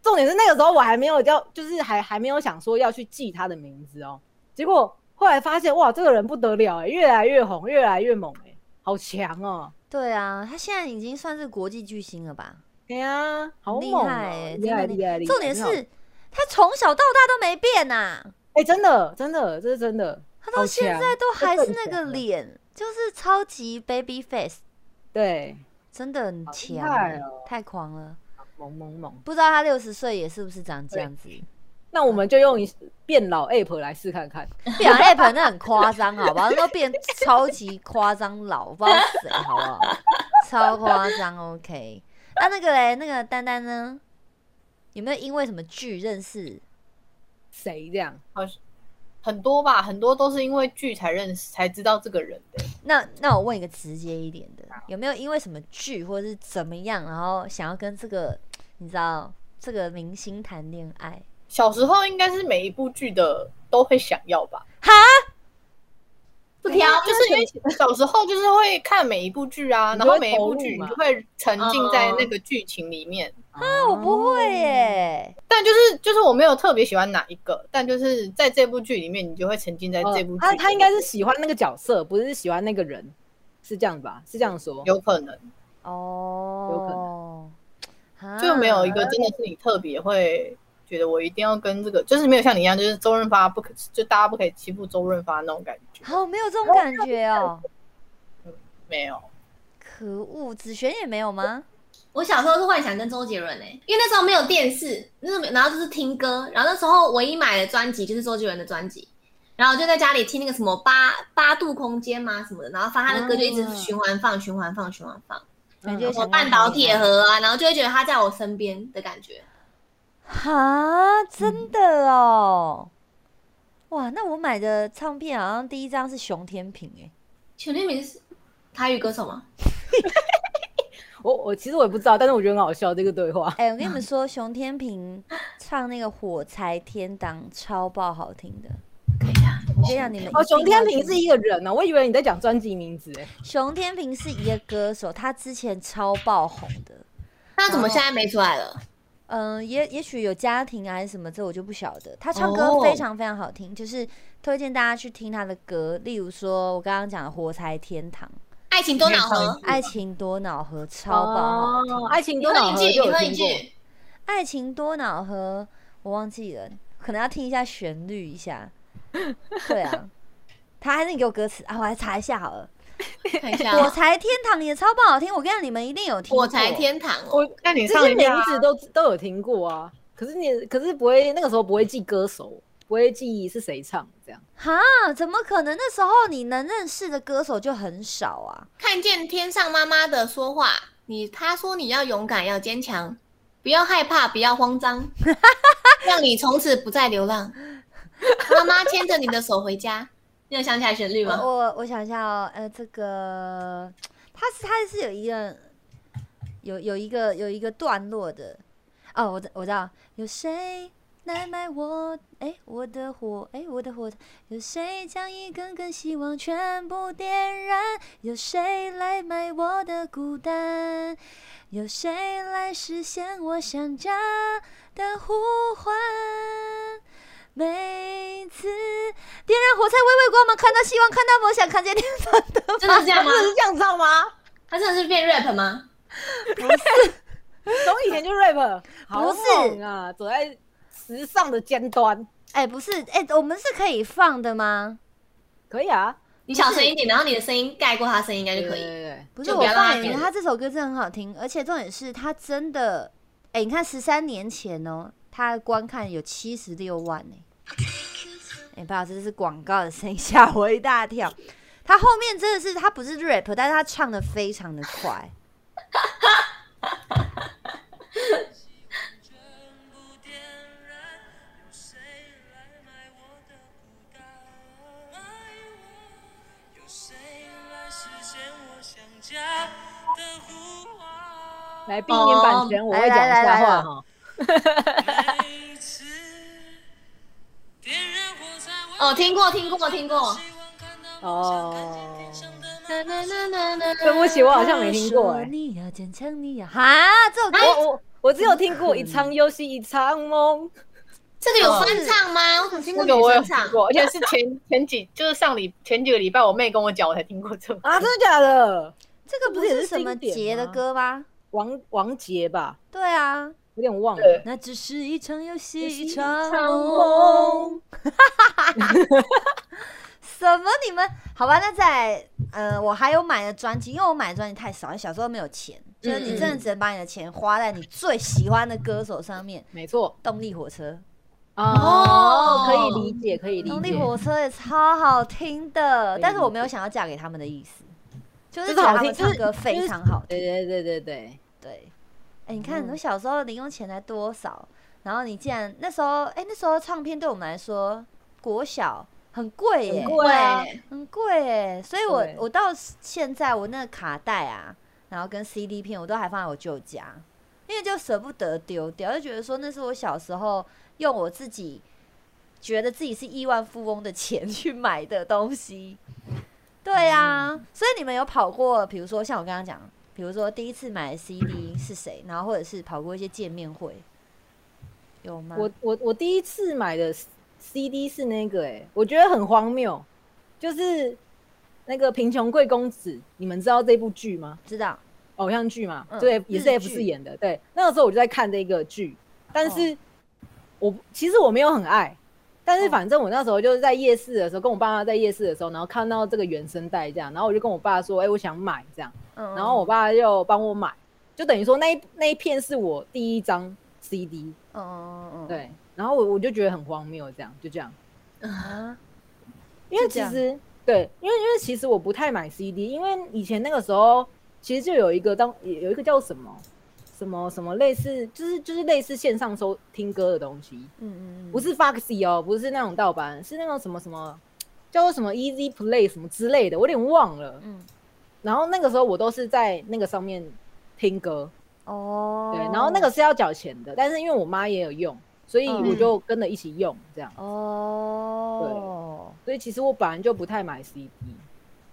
[SPEAKER 2] 重点是那个时候我还没有要，就是还还没有想说要去记他的名字哦。结果后来发现，哇，这个人不得了哎、越来越红，越来越猛哎、好强哦！
[SPEAKER 1] 对啊，他现在已经算是国际巨星了吧？
[SPEAKER 2] 哎呀，好
[SPEAKER 1] 很厉
[SPEAKER 2] 猛、哦，
[SPEAKER 1] 害欸，
[SPEAKER 2] 厉
[SPEAKER 1] 真
[SPEAKER 2] 害
[SPEAKER 1] 的
[SPEAKER 2] 厉
[SPEAKER 1] 厉
[SPEAKER 2] 害！
[SPEAKER 1] 害。
[SPEAKER 2] 厉害
[SPEAKER 1] 重点
[SPEAKER 2] 真的好
[SPEAKER 1] 是他从小到大都没变呐，
[SPEAKER 2] 哎、真的，真的，这是真的。
[SPEAKER 1] 他到
[SPEAKER 2] 好
[SPEAKER 1] 现
[SPEAKER 2] 强
[SPEAKER 1] 在都还是那个
[SPEAKER 2] 这更强了
[SPEAKER 1] 脸，就是超级 baby face，
[SPEAKER 2] 对，
[SPEAKER 1] 真的很
[SPEAKER 2] 好厉
[SPEAKER 1] 强
[SPEAKER 2] 害
[SPEAKER 1] 欸
[SPEAKER 2] 哦，
[SPEAKER 1] 太狂了。
[SPEAKER 2] 萌萌萌。
[SPEAKER 1] 不知道他六十岁也是不是长这样子？
[SPEAKER 2] 那我们就用一变老 app 来试看看。
[SPEAKER 1] 变老 app 那很夸张，好不好？都变超级夸张老，不知道谁，好不好？超夸张，OK。那、那个嘞，那个丹丹呢？有没有因为什么剧认识？
[SPEAKER 2] 谁这样？
[SPEAKER 4] 好像很多吧，很多都是因为剧才认识，才知道这个人的。
[SPEAKER 1] 那那我问一个直接一点的，有没有因为什么剧或者是怎么样，然后想要跟这个你知道这个明星谈恋爱？
[SPEAKER 4] 小时候应该是每一部剧的都会想要吧，啊
[SPEAKER 3] 不挑，
[SPEAKER 4] 就是因为小时候就是会看每一部剧啊，
[SPEAKER 2] 啊你
[SPEAKER 4] 然
[SPEAKER 2] 就会
[SPEAKER 4] 后每一部剧
[SPEAKER 2] 投入嘛嗯
[SPEAKER 4] 你就会沉浸在那个剧情里面。
[SPEAKER 1] 哦
[SPEAKER 2] 啊
[SPEAKER 1] 那我不会耶，
[SPEAKER 4] 但就是就是我没有特别喜欢哪一个，但就是在这部剧里面，你就会沉浸在这部剧里面、
[SPEAKER 2] 嗯他啊他应该是喜欢那个角色，不是喜欢那个人，是这样吧？是这样说。
[SPEAKER 4] 有可能，
[SPEAKER 1] 哦，
[SPEAKER 4] 就没有一
[SPEAKER 1] 啊
[SPEAKER 4] 个真的是你特别会觉得我一定要跟这个，就是没有像你一样，就是周润发不可，就大家不可以欺负周润发那种感觉，
[SPEAKER 1] 好没有这种感觉哦。
[SPEAKER 4] 没有。
[SPEAKER 1] 可恶，子璇也没有吗？
[SPEAKER 3] 我小时候是幻想跟周杰伦诶、欸因为那时候没有电视，那时候没然后就是听歌，然后那时候唯一买的专辑就是周杰伦的专辑，然后就在家里听那个什么八八度空间嘛什么的，然后发他的歌就一直
[SPEAKER 1] 哦
[SPEAKER 3] 循环放、循环放、循环放，
[SPEAKER 1] 感
[SPEAKER 2] 嗯
[SPEAKER 1] 觉
[SPEAKER 2] 我
[SPEAKER 3] 什么
[SPEAKER 1] 想
[SPEAKER 3] 半岛铁盒啊，然后就会觉得他在我身边的感觉。
[SPEAKER 1] 哈，
[SPEAKER 2] 嗯
[SPEAKER 1] 真的哦，哇，那我买的唱片好像第一欸张是熊天平哎、
[SPEAKER 3] 全天明是台语歌手吗？
[SPEAKER 2] 我我其实我也不知道，但是我觉得很好笑这个对 话。
[SPEAKER 1] 哎、我跟你 们说，熊天平唱那个《火柴天堂》超爆好听的。
[SPEAKER 3] 可以啊，
[SPEAKER 1] 我跟你讲，你们
[SPEAKER 2] 哦，
[SPEAKER 1] 一定
[SPEAKER 2] 熊天
[SPEAKER 1] 要
[SPEAKER 2] 平
[SPEAKER 1] 去
[SPEAKER 2] 是一个人啊呢、我以为你在讲专辑名字、哎，
[SPEAKER 1] 熊天平是一个歌手，他之前超爆红的。
[SPEAKER 3] 那怎么现在没出来了？
[SPEAKER 1] 嗯，也也许有家庭啊还是什么，这我就不晓得。他唱
[SPEAKER 2] 哦
[SPEAKER 1] 歌非常非常好听，就是推荐大家去听他的歌，例如说我刚刚讲的《火柴天堂》
[SPEAKER 3] 爱情多瑙河
[SPEAKER 1] 《爱情多瑙河》超爆好听，
[SPEAKER 2] 哦爱情
[SPEAKER 3] 你
[SPEAKER 2] 多
[SPEAKER 3] 哼
[SPEAKER 2] 瑙
[SPEAKER 3] 一
[SPEAKER 2] 河
[SPEAKER 3] 句，
[SPEAKER 2] 就
[SPEAKER 3] 你
[SPEAKER 2] 有
[SPEAKER 3] 哼一
[SPEAKER 2] 听过。
[SPEAKER 3] 句，
[SPEAKER 1] 爱情多瑙河》我忘记了，可能要听一下旋律一 下。对啊，他还是你给我歌词啊，我来查一下好了。
[SPEAKER 3] 看一下
[SPEAKER 1] 火
[SPEAKER 3] 啊。
[SPEAKER 1] 柴天堂也超不好听，我跟你讲，你们一定有听过。
[SPEAKER 3] 火柴天堂哦，
[SPEAKER 2] 我
[SPEAKER 4] 那你
[SPEAKER 2] 这
[SPEAKER 4] 上
[SPEAKER 2] 些
[SPEAKER 4] 一
[SPEAKER 2] 名
[SPEAKER 4] 下啊
[SPEAKER 2] 字都都有听过啊，可是你可是不会那个时候不会记歌手，不会记是谁唱这样。
[SPEAKER 1] 哈，怎么可能？那时候你能认识的歌手就很少啊。
[SPEAKER 3] 看见天上妈妈的说话，你她说你要勇敢，要坚强，不要害怕，不要 慌张，让你从此不再流浪。妈妈牵着你的手回家，你有想起来旋律
[SPEAKER 1] 我
[SPEAKER 3] 吗？
[SPEAKER 1] 我我想一下哦，呃，这个它是它是有一个有有一个有一个段落的哦，我知我知道有谁来买我哎我的火哎我的火，有谁将一根根希望全部点燃？有谁来买我的孤单？有谁来实现我想家的呼唤？每次点燃火柴，微微光芒，看到希望，看到梦想，看见天上的
[SPEAKER 2] 哦
[SPEAKER 3] 真的是这 样吗？
[SPEAKER 2] 这样唱吗？
[SPEAKER 3] 她真的是变 rap 吗？
[SPEAKER 2] 从以前就 rap，好
[SPEAKER 1] 不是
[SPEAKER 2] 猛啊，走在时尚的尖端，
[SPEAKER 1] 哎、不是，哎、我们是可以放的吗？
[SPEAKER 2] 可以啊，
[SPEAKER 3] 你小声一点，然后你的声音盖过她声音，应该就可
[SPEAKER 2] 对
[SPEAKER 3] 以。
[SPEAKER 2] 对对
[SPEAKER 1] 不是
[SPEAKER 3] 就
[SPEAKER 1] 我
[SPEAKER 3] 不要让
[SPEAKER 1] 放
[SPEAKER 3] 它
[SPEAKER 1] 给你，
[SPEAKER 3] 变
[SPEAKER 1] 他这首歌真的很好听，而且重点是他真的，哎、你看十三年前哦，他的观看有七十六万呢、哎、不好意思，这是广告的声音，吓我一大跳。他后面真的是他不是 rap，但是他唱的非常的快。
[SPEAKER 2] 来避免版权，我会讲一
[SPEAKER 1] 来来
[SPEAKER 2] 下
[SPEAKER 1] 来来
[SPEAKER 2] 话哈。
[SPEAKER 3] 哦，听过，听过，听过。
[SPEAKER 2] 哦，
[SPEAKER 3] 啦啦啦啦啦
[SPEAKER 2] 对不起，我好像没听过
[SPEAKER 1] 他说
[SPEAKER 2] 哎、
[SPEAKER 1] 你要坚强，你要哈，这首歌
[SPEAKER 2] 我我我只有听过一场游戏一场梦，
[SPEAKER 3] 这个有翻唱吗？我怎么听过
[SPEAKER 4] 那
[SPEAKER 3] 女
[SPEAKER 4] 个我有
[SPEAKER 3] 生
[SPEAKER 4] 听
[SPEAKER 3] 唱？
[SPEAKER 4] 过，而且是前前几，就是上礼前几个礼拜，我妹跟我讲，我才听过这首。
[SPEAKER 2] 啊，真的假的？
[SPEAKER 1] 这个不
[SPEAKER 2] 这不
[SPEAKER 1] 是
[SPEAKER 2] 是
[SPEAKER 1] 什么
[SPEAKER 2] 经典
[SPEAKER 1] 杰的
[SPEAKER 2] 吗
[SPEAKER 1] 歌吗？
[SPEAKER 2] 王王杰吧，
[SPEAKER 1] 对啊，
[SPEAKER 2] 有点忘了。
[SPEAKER 4] 对，
[SPEAKER 1] 那只是一场游戏，
[SPEAKER 2] 是
[SPEAKER 1] 一
[SPEAKER 2] 一
[SPEAKER 1] 场
[SPEAKER 2] 场
[SPEAKER 1] 梦
[SPEAKER 2] 梦。
[SPEAKER 1] 什么？你们好吧？那在呃，我还有买的专辑，因为我买的专辑太少，小时候没有钱，
[SPEAKER 2] 嗯
[SPEAKER 1] 就是你真的只能把你的钱花在你最喜欢的歌手上面。
[SPEAKER 2] 没错，
[SPEAKER 1] 动力火车，
[SPEAKER 3] 哦
[SPEAKER 2] 哦，可以理解，可以理
[SPEAKER 1] 动力
[SPEAKER 2] 解。
[SPEAKER 1] 火车也超好听的，
[SPEAKER 2] 以
[SPEAKER 1] 但是我没有想要嫁给他们的意思，就是
[SPEAKER 2] 就
[SPEAKER 1] 觉
[SPEAKER 2] 是
[SPEAKER 1] 得
[SPEAKER 2] 好
[SPEAKER 1] 他
[SPEAKER 2] 听
[SPEAKER 1] 们唱歌非常好听
[SPEAKER 2] 对。对对对对，
[SPEAKER 1] 对，哎、你
[SPEAKER 2] 嗯
[SPEAKER 1] 看我小时候的零用钱才多少，然后你竟然那时候，哎、那时候唱片对我们来说，国小很贵耶、
[SPEAKER 2] 很贵啊
[SPEAKER 3] 对
[SPEAKER 1] 很贵耶，所以我
[SPEAKER 2] 对
[SPEAKER 1] 我到现在我那个卡带啊，然后跟 CD 片我都还放在我舅家，因为就舍不得丢掉，就觉得说那是我小时候用我自己觉得自己是亿万富翁的钱去买的东西。
[SPEAKER 2] 嗯
[SPEAKER 1] 对啊，所以你们有跑过，比如说像我刚刚讲，比如说第一次买的 CD 是谁，然后或者是跑过一些见面会，有吗？
[SPEAKER 2] 我我我第一次买的 CD 是那个、哎，我觉得很荒谬，就是那个《贫穷贵公子》，你们知道这部剧吗？
[SPEAKER 1] 知道，
[SPEAKER 2] 偶像剧嘛，
[SPEAKER 1] 嗯
[SPEAKER 2] 对，也是
[SPEAKER 1] 日
[SPEAKER 2] F
[SPEAKER 1] 剧
[SPEAKER 2] 四演的。对，那个时候我就在看这个剧，但是我其实我没有很爱，但是
[SPEAKER 1] 哦
[SPEAKER 2] 反正我那时候就是在夜市的时候，跟我爸妈在夜市的时候，然后看到这个原声带这样，然后我就跟我爸说，哎、我想买这样，
[SPEAKER 1] 嗯，
[SPEAKER 2] 然后我爸就帮我买，就等于说那一那一片是我第一张 CD，
[SPEAKER 1] 嗯，嗯嗯嗯，
[SPEAKER 2] 对，然后我我就觉得很荒谬，这样就这样，
[SPEAKER 1] 啊，
[SPEAKER 2] 因为
[SPEAKER 1] 是这
[SPEAKER 2] 其
[SPEAKER 1] 样
[SPEAKER 2] 实对，因为因为其实我不太买 CD，因为以前那个时候其实就有一个当有一个叫什么什么什么类似，就是就是类似线上收听歌的东西，
[SPEAKER 1] 嗯嗯嗯，
[SPEAKER 2] 不是 Foxy 哦，不是那种盗版，是那种什么什么叫做什么 Easy Play 什么之类的，我有点忘了。
[SPEAKER 1] 嗯
[SPEAKER 2] 然后那个时候我都是在那个上面听歌，
[SPEAKER 1] 哦，
[SPEAKER 2] 对，然后那个是要缴钱的，但是因为我妈也有用，所以
[SPEAKER 1] 嗯
[SPEAKER 2] 我就跟着一起用这样。
[SPEAKER 1] 哦，
[SPEAKER 2] 所以其实我本来就不太买 CD，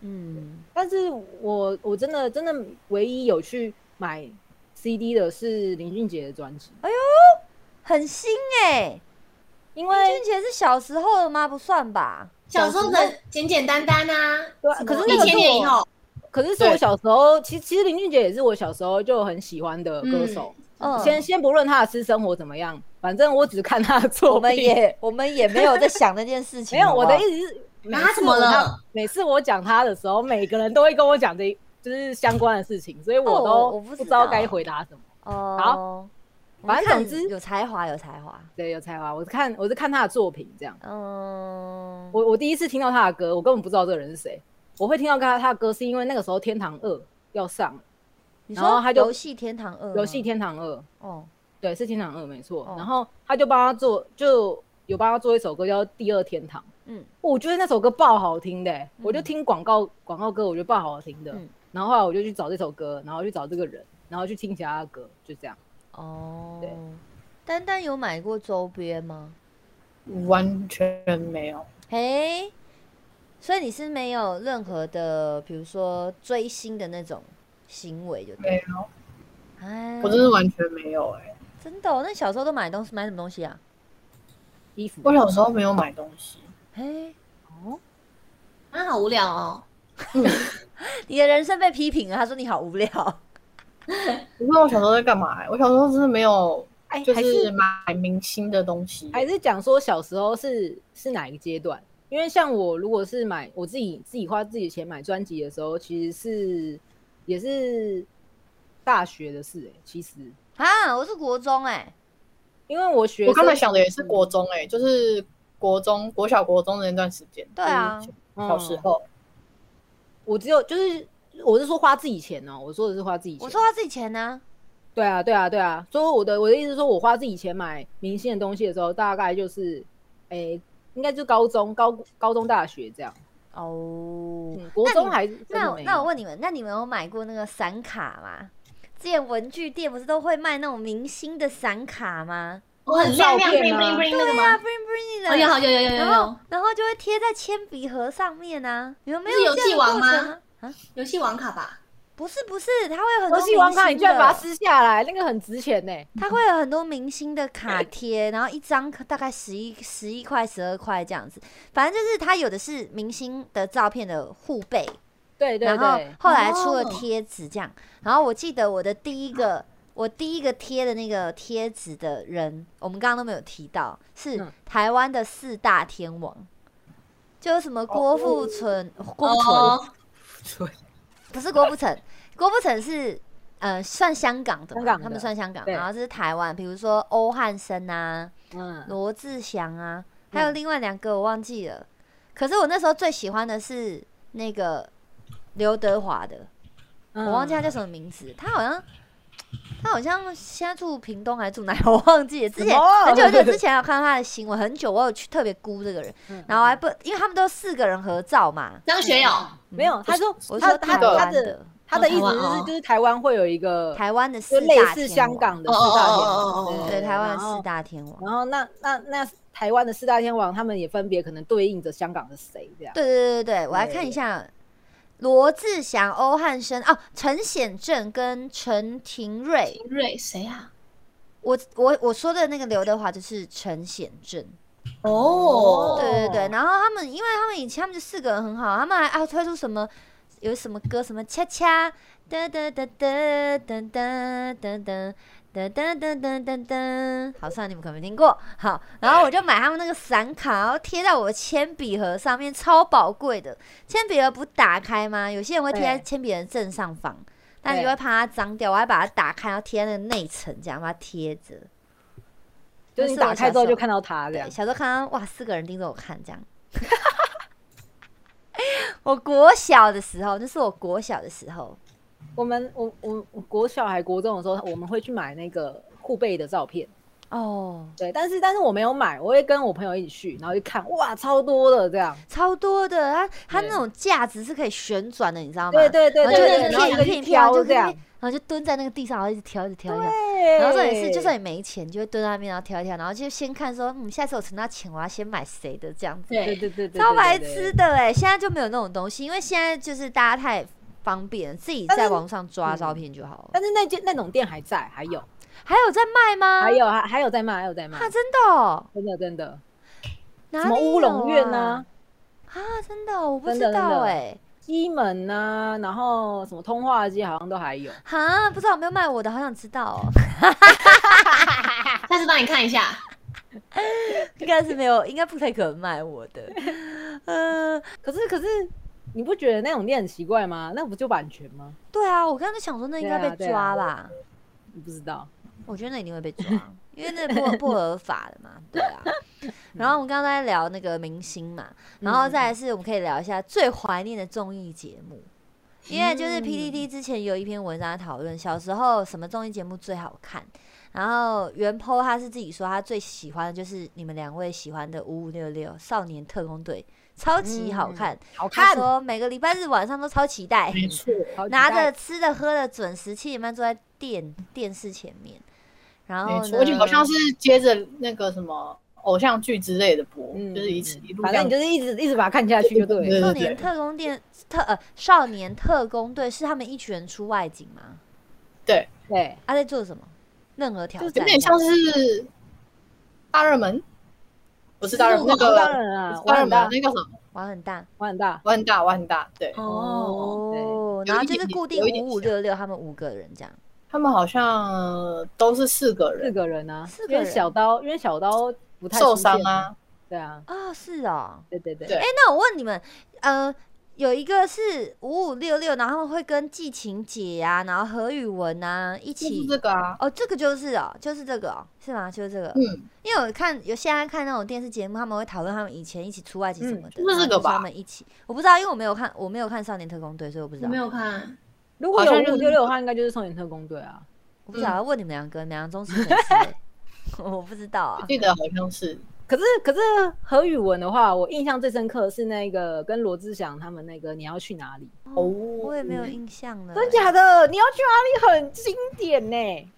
[SPEAKER 1] 嗯，
[SPEAKER 2] 但是我我真的真的唯一有去买 CD 的是林俊杰的专辑，
[SPEAKER 1] 哎很新哎、
[SPEAKER 2] 因
[SPEAKER 1] 林
[SPEAKER 2] 为
[SPEAKER 1] 俊杰是小时候的吗？不算吧。
[SPEAKER 3] 小时候的简简单单啊，
[SPEAKER 2] 对啊
[SPEAKER 3] 什么
[SPEAKER 2] 可是那个
[SPEAKER 3] 一千
[SPEAKER 2] 是
[SPEAKER 3] 年
[SPEAKER 2] 我
[SPEAKER 3] 以后，
[SPEAKER 2] 可是是我小时候，其实其实林俊杰也是我小时候就很喜欢的歌手。
[SPEAKER 1] 嗯，
[SPEAKER 2] 先先不论他的私生活怎么样，反正我只看他的 作品。
[SPEAKER 1] 我们也我们也没有在想那件事情。
[SPEAKER 2] 没有，我的意
[SPEAKER 1] 思，
[SPEAKER 2] 思是，每
[SPEAKER 3] 那他
[SPEAKER 2] 次
[SPEAKER 3] 怎么
[SPEAKER 2] 我
[SPEAKER 3] 了
[SPEAKER 2] 他？每次我讲他的时候，每个人都会跟我讲这一就是相关的事情，所以我
[SPEAKER 1] 哦
[SPEAKER 2] 都、
[SPEAKER 1] 我不
[SPEAKER 2] 不
[SPEAKER 1] 知
[SPEAKER 2] 知道
[SPEAKER 1] 道
[SPEAKER 2] 该回答什么。
[SPEAKER 1] 哦，我们
[SPEAKER 2] 反正
[SPEAKER 1] 看
[SPEAKER 2] 总之
[SPEAKER 1] 有才华，有才华。
[SPEAKER 2] 对，有才华，我是看我是看他的作品这样。
[SPEAKER 1] 嗯，
[SPEAKER 2] 我我第一次听到他的歌，我根本不知道这个人是谁。我会听到他他的歌，是因为那个时候《天堂二》要上，
[SPEAKER 1] 你
[SPEAKER 2] 然后
[SPEAKER 1] 说
[SPEAKER 2] 他就
[SPEAKER 1] 游戏天堂二吗，
[SPEAKER 2] 游戏《天堂二》，
[SPEAKER 1] 哦，
[SPEAKER 2] 对，是《天堂二》没错
[SPEAKER 1] 嗯哦。
[SPEAKER 2] 然后他就帮他做，就有帮他做一首歌叫《第二天堂》。
[SPEAKER 1] 嗯
[SPEAKER 2] 我觉得那首歌爆好听的欸、
[SPEAKER 1] 嗯
[SPEAKER 2] 我就听广告广告歌，我觉得爆好听的。
[SPEAKER 1] 嗯
[SPEAKER 2] 然后后来我就去找这首歌，然后去找这个人，然后去听其他的歌，就这样。
[SPEAKER 1] 哦，
[SPEAKER 2] 对
[SPEAKER 1] 丹丹有买过周边吗？
[SPEAKER 4] 完全没有。
[SPEAKER 1] 嘿，所以你是没有任何的，比如说追星的那种行为，就
[SPEAKER 4] 没
[SPEAKER 1] 对。
[SPEAKER 4] 有，
[SPEAKER 2] 嗯
[SPEAKER 1] 哎，
[SPEAKER 4] 我真是完全没有哎、
[SPEAKER 1] 真的哦、那小时候都买东西，买什么东西啊？
[SPEAKER 2] 衣服
[SPEAKER 4] 我小时候没有买东西，
[SPEAKER 1] 嘿，
[SPEAKER 3] 啊，好无聊哦。
[SPEAKER 1] 你的人生被批评了，他说你好无聊。
[SPEAKER 4] 不知道我小时候在干嘛、欸。我小时候真的没有，
[SPEAKER 2] 哎，
[SPEAKER 4] 就
[SPEAKER 2] 还
[SPEAKER 4] 是
[SPEAKER 2] 是哎
[SPEAKER 4] 买明星的东西。
[SPEAKER 2] 还是讲说小时候是是哪一个阶段？因为像我如果是买我自己自己花自己的钱买专辑的时候，其实是也是大学的事、欸。其实
[SPEAKER 1] 啊，我是国中哎、
[SPEAKER 2] 因为我学
[SPEAKER 4] 我刚才
[SPEAKER 2] 生
[SPEAKER 4] 想的也是
[SPEAKER 1] 嗯
[SPEAKER 4] 国中哎、就是国中、国小、国中的那段时间。
[SPEAKER 1] 对啊
[SPEAKER 4] 就是
[SPEAKER 2] 嗯
[SPEAKER 4] 小时候。
[SPEAKER 2] 我只有就是我是说花自己钱哦、我说的是花自己钱。
[SPEAKER 1] 我说他自己钱呢、
[SPEAKER 2] 对啊，对啊，对啊。所以我的我的意思是说，我花自己钱买明星的东西的时候，大概就是，诶、应该就高中、高高中、大学这样。
[SPEAKER 1] 哦、
[SPEAKER 2] 嗯，国中还真
[SPEAKER 1] 那
[SPEAKER 2] 的
[SPEAKER 1] 我
[SPEAKER 2] 没
[SPEAKER 1] 那我
[SPEAKER 2] 有。
[SPEAKER 1] 问你们，那你们有买过那个散卡吗？之前文具店不是都会卖那种明星的散卡吗？
[SPEAKER 3] 我很亮亮
[SPEAKER 2] 照
[SPEAKER 3] bling
[SPEAKER 2] 片啊
[SPEAKER 3] bling bling 那个
[SPEAKER 1] 啊，bling
[SPEAKER 3] 吗？
[SPEAKER 1] bling 的，
[SPEAKER 3] 哦，有好有有有有
[SPEAKER 1] 然后
[SPEAKER 3] 有
[SPEAKER 1] 然后就会贴在铅笔盒上面啊。你们没
[SPEAKER 3] 是
[SPEAKER 1] 有
[SPEAKER 3] 游
[SPEAKER 1] 这样
[SPEAKER 3] 戏
[SPEAKER 1] 的
[SPEAKER 3] 王
[SPEAKER 1] 过
[SPEAKER 3] 吗
[SPEAKER 1] 程吗？啊，
[SPEAKER 3] 游戏网卡吧？
[SPEAKER 1] 不是不是，它会有很多
[SPEAKER 2] 游戏王
[SPEAKER 1] 明
[SPEAKER 2] 卡，
[SPEAKER 1] 星
[SPEAKER 2] 你居然把它
[SPEAKER 1] 的
[SPEAKER 2] 撕下来，那个很值钱欸呢、
[SPEAKER 1] 它会有很多明星的卡贴，然后一张可大概十一十一块、十二块这样子。反正就是它有的是明星的照片的护背，
[SPEAKER 2] 对对
[SPEAKER 1] 然后
[SPEAKER 2] 对，
[SPEAKER 1] 后来出了
[SPEAKER 3] 哦
[SPEAKER 1] 贴纸这样。然后我记得我的第一个，我第一个贴的那个贴纸的人，我们刚刚都没有提到，是
[SPEAKER 2] 嗯
[SPEAKER 1] 台湾的四大天王，就有什么郭富城、郭富城、
[SPEAKER 3] 哦，
[SPEAKER 1] 不是郭富城，郭富城是呃算香港的嘛，
[SPEAKER 2] 香港的
[SPEAKER 1] 他们算香港，
[SPEAKER 2] 对
[SPEAKER 1] 然后这是台湾，比如说欧汉声啊、
[SPEAKER 2] 嗯，
[SPEAKER 1] 罗志祥啊，还有另外两个我忘记了。可是我那时候最喜欢的是那个刘德华的，
[SPEAKER 2] 嗯
[SPEAKER 1] 我忘记他叫什么名字，他好像。他好像现在住屏东还是住哪里，我忘记了。之前
[SPEAKER 2] 什么啊
[SPEAKER 1] 很久很久之前有看到他的新闻，很久我有去特别估这个人，
[SPEAKER 2] 嗯
[SPEAKER 1] 然后我还不因为他们都四个人合照嘛，
[SPEAKER 3] 张学友，
[SPEAKER 2] 没有，他说
[SPEAKER 1] 我
[SPEAKER 2] 他
[SPEAKER 1] 说
[SPEAKER 2] 啊他
[SPEAKER 1] 台
[SPEAKER 4] 的
[SPEAKER 2] 他
[SPEAKER 1] 湾
[SPEAKER 2] 的
[SPEAKER 1] 的
[SPEAKER 2] 他的
[SPEAKER 3] 哦
[SPEAKER 2] 意思
[SPEAKER 3] 台湾
[SPEAKER 2] 是
[SPEAKER 3] 哦
[SPEAKER 2] 就是台湾会有一个
[SPEAKER 1] 台湾的
[SPEAKER 2] 就
[SPEAKER 1] 四大
[SPEAKER 2] 类
[SPEAKER 1] 天
[SPEAKER 2] 似香
[SPEAKER 1] 王
[SPEAKER 2] 港的
[SPEAKER 3] 哦
[SPEAKER 2] 四大天
[SPEAKER 3] 哦哦哦哦
[SPEAKER 2] 王，
[SPEAKER 3] 哦
[SPEAKER 1] 对，台湾
[SPEAKER 2] 然后
[SPEAKER 1] 四大天王。
[SPEAKER 2] 然后那那那台湾的四大天王，他们也分别可能对应着香港的谁这样。
[SPEAKER 1] 对对对对对，我来看一下罗志祥、欧汉声哦，陈显正跟陈廷瑞。
[SPEAKER 3] 瑞谁啊？
[SPEAKER 1] 我我我说的那个刘德华就是陈显正，
[SPEAKER 3] 哦
[SPEAKER 1] 对，对对。然后他们，因为他们以前他们就四个人很好，他们还啊推出什么有什么歌，什么恰恰哒哒哒哒哒哒哒哒。噔噔噔噔噔噔，好，算了，你们可能没听过。好，然后我就买他们那个散卡，然后贴在我的铅笔盒上面，超宝贵的。铅笔盒不打开吗？有些人会贴在
[SPEAKER 2] 对
[SPEAKER 1] 铅笔盒正上方，但
[SPEAKER 2] 对
[SPEAKER 1] 你就会怕它脏掉。我还把它打开，然后贴在那个内层，这样把它贴着。
[SPEAKER 2] 就是你打开之后就看到他这
[SPEAKER 1] 对，
[SPEAKER 2] 样。
[SPEAKER 1] 小时候看到哇，四个人盯着我看这样。 我国小的时候，那是我国小的时候，
[SPEAKER 2] 我们我我我国小还国中的时候，我们会去买那个护贝的照片，
[SPEAKER 1] 哦，
[SPEAKER 2] 对，但是但是我没有买，我会跟我朋友一起去，然后一看，哇，超多的这样。
[SPEAKER 1] 超多的，它它
[SPEAKER 2] 对
[SPEAKER 1] 那种架子是可以旋转的，你知道吗？
[SPEAKER 2] 对对对
[SPEAKER 1] 然啊后就
[SPEAKER 2] 对
[SPEAKER 1] 一
[SPEAKER 2] 对，然后
[SPEAKER 1] 片
[SPEAKER 2] 一
[SPEAKER 1] 一
[SPEAKER 2] 个
[SPEAKER 1] 片一
[SPEAKER 2] 一
[SPEAKER 1] 片，然后
[SPEAKER 2] 挑
[SPEAKER 1] 就
[SPEAKER 2] 这
[SPEAKER 1] 在那
[SPEAKER 2] 样
[SPEAKER 1] 边。，然后就蹲在那个地上，然后一直挑，一直挑，一直挑。
[SPEAKER 2] 对
[SPEAKER 1] 然后这也是，就算你没钱，就会蹲在那边，然后挑一挑，然后就先看说，嗯，下次我存到钱，我要先买谁的这样子。
[SPEAKER 2] 对
[SPEAKER 3] 对，
[SPEAKER 2] 对对对，
[SPEAKER 1] 超
[SPEAKER 2] 对
[SPEAKER 1] 白。
[SPEAKER 2] 对
[SPEAKER 1] 痴
[SPEAKER 2] 对
[SPEAKER 1] 的哎、现在就没有那种东西，因为现在就是大家太方便了，自己
[SPEAKER 2] 但
[SPEAKER 1] 在
[SPEAKER 2] 是
[SPEAKER 1] 网上抓
[SPEAKER 2] 嗯
[SPEAKER 1] 照片就好了。
[SPEAKER 2] 但是那间那种店还在，还有
[SPEAKER 1] 还有在卖吗？
[SPEAKER 2] 还有还还有在卖，还有在卖，
[SPEAKER 1] 啊，真的、哦，
[SPEAKER 2] 真的真的，
[SPEAKER 1] 哪
[SPEAKER 2] 什么
[SPEAKER 1] 里
[SPEAKER 2] 乌龙院
[SPEAKER 1] 有
[SPEAKER 2] 呐
[SPEAKER 1] 啊？、啊，真的哦、我不
[SPEAKER 2] 真
[SPEAKER 1] 知
[SPEAKER 2] 的真
[SPEAKER 1] 道
[SPEAKER 2] 的
[SPEAKER 1] 哎、
[SPEAKER 2] 西门呐，然后什么通化街好像都还有。
[SPEAKER 1] 哈，不知道有没有卖我的，好想知道 哦。
[SPEAKER 3] 下次帮你看一下。
[SPEAKER 1] 应该是没有，应该不太可能卖我的。嗯、
[SPEAKER 2] 可是可是，你不觉得那种店很奇怪吗？那不就版权吗？
[SPEAKER 1] 对啊，我刚刚就想说那应该
[SPEAKER 2] 对啊
[SPEAKER 1] 被
[SPEAKER 2] 对啊
[SPEAKER 1] 抓吧，
[SPEAKER 2] 你不知道，
[SPEAKER 1] 我觉得那一定会被 抓，因为那不不合法的嘛，对啊。然后我们刚刚在聊那个明星嘛，然
[SPEAKER 2] 嗯
[SPEAKER 1] 后再来是我们可以聊一下最怀念的综艺节目。因为就是
[SPEAKER 2] 嗯
[SPEAKER 1] PDD 之前有一篇文章在讨论小时候什么综艺节目最好看，然后袁坡他是自己说他最喜欢的就是你们两位喜欢的五五六六少年特工队，超级好看。
[SPEAKER 2] 好
[SPEAKER 1] 他
[SPEAKER 2] 嗯看，
[SPEAKER 1] 说每个礼拜日晚上都超期待，
[SPEAKER 4] 错，
[SPEAKER 2] 好期
[SPEAKER 1] 拿
[SPEAKER 2] 待
[SPEAKER 1] 着吃的喝的准时七点半坐在电电视前面，然
[SPEAKER 4] 没
[SPEAKER 1] 后
[SPEAKER 4] 错，
[SPEAKER 1] 呢
[SPEAKER 4] 而且好像是接着那个什么偶像剧之类的播，
[SPEAKER 2] 嗯
[SPEAKER 4] 就是一次一路这
[SPEAKER 2] 反
[SPEAKER 4] 样
[SPEAKER 2] 正你就是一直一直把它看下去就对了。
[SPEAKER 4] 对
[SPEAKER 1] 少
[SPEAKER 4] 对
[SPEAKER 1] 年
[SPEAKER 4] 对
[SPEAKER 1] 特工店特呃少年特工队是他们一群人出外景吗？啊
[SPEAKER 4] 对，
[SPEAKER 2] 对，
[SPEAKER 1] 他、在做什么？任何挑
[SPEAKER 2] 就是
[SPEAKER 1] 战？
[SPEAKER 4] 啊有点像是大热门，不是大热门，那
[SPEAKER 2] 当
[SPEAKER 4] 个
[SPEAKER 2] 然啊，
[SPEAKER 4] 大
[SPEAKER 2] 我很
[SPEAKER 4] 热门
[SPEAKER 2] 大，
[SPEAKER 4] 那叫什么？
[SPEAKER 1] 玩很大
[SPEAKER 2] 我很大。
[SPEAKER 4] 我很大，我很大。对
[SPEAKER 2] 哦
[SPEAKER 1] 哦，
[SPEAKER 4] 对
[SPEAKER 1] 然后
[SPEAKER 4] 有一
[SPEAKER 1] 就
[SPEAKER 4] 点
[SPEAKER 1] 是固定
[SPEAKER 4] 有一点
[SPEAKER 1] 五五六六他们五个人这样。
[SPEAKER 4] 他们好像呃都是四个
[SPEAKER 2] 四
[SPEAKER 4] 人
[SPEAKER 2] 个人啊
[SPEAKER 1] 四，个
[SPEAKER 2] 因为
[SPEAKER 1] 人
[SPEAKER 2] 小刀，因为小刀不太
[SPEAKER 4] 受
[SPEAKER 2] 出
[SPEAKER 4] 伤
[SPEAKER 2] 现
[SPEAKER 4] 啊，，
[SPEAKER 2] 对啊，
[SPEAKER 1] 哦，是哦。
[SPEAKER 2] 对对对，
[SPEAKER 4] 对
[SPEAKER 1] 哎、那我问你们，呃，有一个是五五六六，然后他们会跟季晴姐啊，然后何宇文啊一
[SPEAKER 4] 就是
[SPEAKER 1] 起。
[SPEAKER 4] 这个啊，
[SPEAKER 1] 哦，这个就是哦，就是这个哦，是吗？就是这个。
[SPEAKER 4] 嗯，
[SPEAKER 1] 因为我看有现在看那种电视节目，他们会讨论他们以前一起出外景什么的，
[SPEAKER 4] 嗯就是这个吧
[SPEAKER 1] 然后他们一起，我不知道，因为我没有看，我没有看《少年特工队》，所以我不知
[SPEAKER 3] 我
[SPEAKER 1] 道
[SPEAKER 3] 没。有看，
[SPEAKER 2] 如果
[SPEAKER 4] 好
[SPEAKER 2] 有
[SPEAKER 4] 像就
[SPEAKER 2] 五
[SPEAKER 4] 是
[SPEAKER 2] 六六的话，应该就是少年特工队啊。
[SPEAKER 1] 我不知道，要问你们两个，你们两个忠实粉丝 欸、我不知道啊。
[SPEAKER 4] 记得好像是
[SPEAKER 2] 可是可是何宇文的话，我印象最深刻的是那个跟罗志祥他们那个你要去哪里？
[SPEAKER 4] 哦，
[SPEAKER 1] 我
[SPEAKER 4] 我
[SPEAKER 1] 也没有印象了欸、
[SPEAKER 2] 真假的？你要去哪里很经典呢、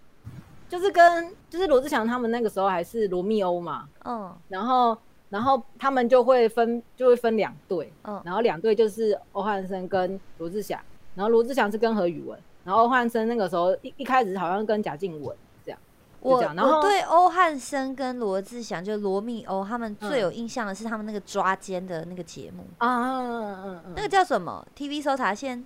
[SPEAKER 2] 就是跟就是罗志祥他们那个时候还是罗密欧嘛，
[SPEAKER 1] 嗯
[SPEAKER 2] 然后然后他们就会分就会分两队，
[SPEAKER 1] 嗯
[SPEAKER 2] 然后两队就是欧汉生跟罗志祥，然后罗志祥是跟何宇文，然后欧汉生那个时候一一开始好像跟贾静雯这样，
[SPEAKER 1] 我
[SPEAKER 2] 就这样然后
[SPEAKER 1] 我对欧汉生跟罗志祥，就罗密欧他们最有印象的是他们那个抓奸的那个节目，
[SPEAKER 2] 啊嗯嗯嗯
[SPEAKER 1] 那个叫什么？TV 搜查线？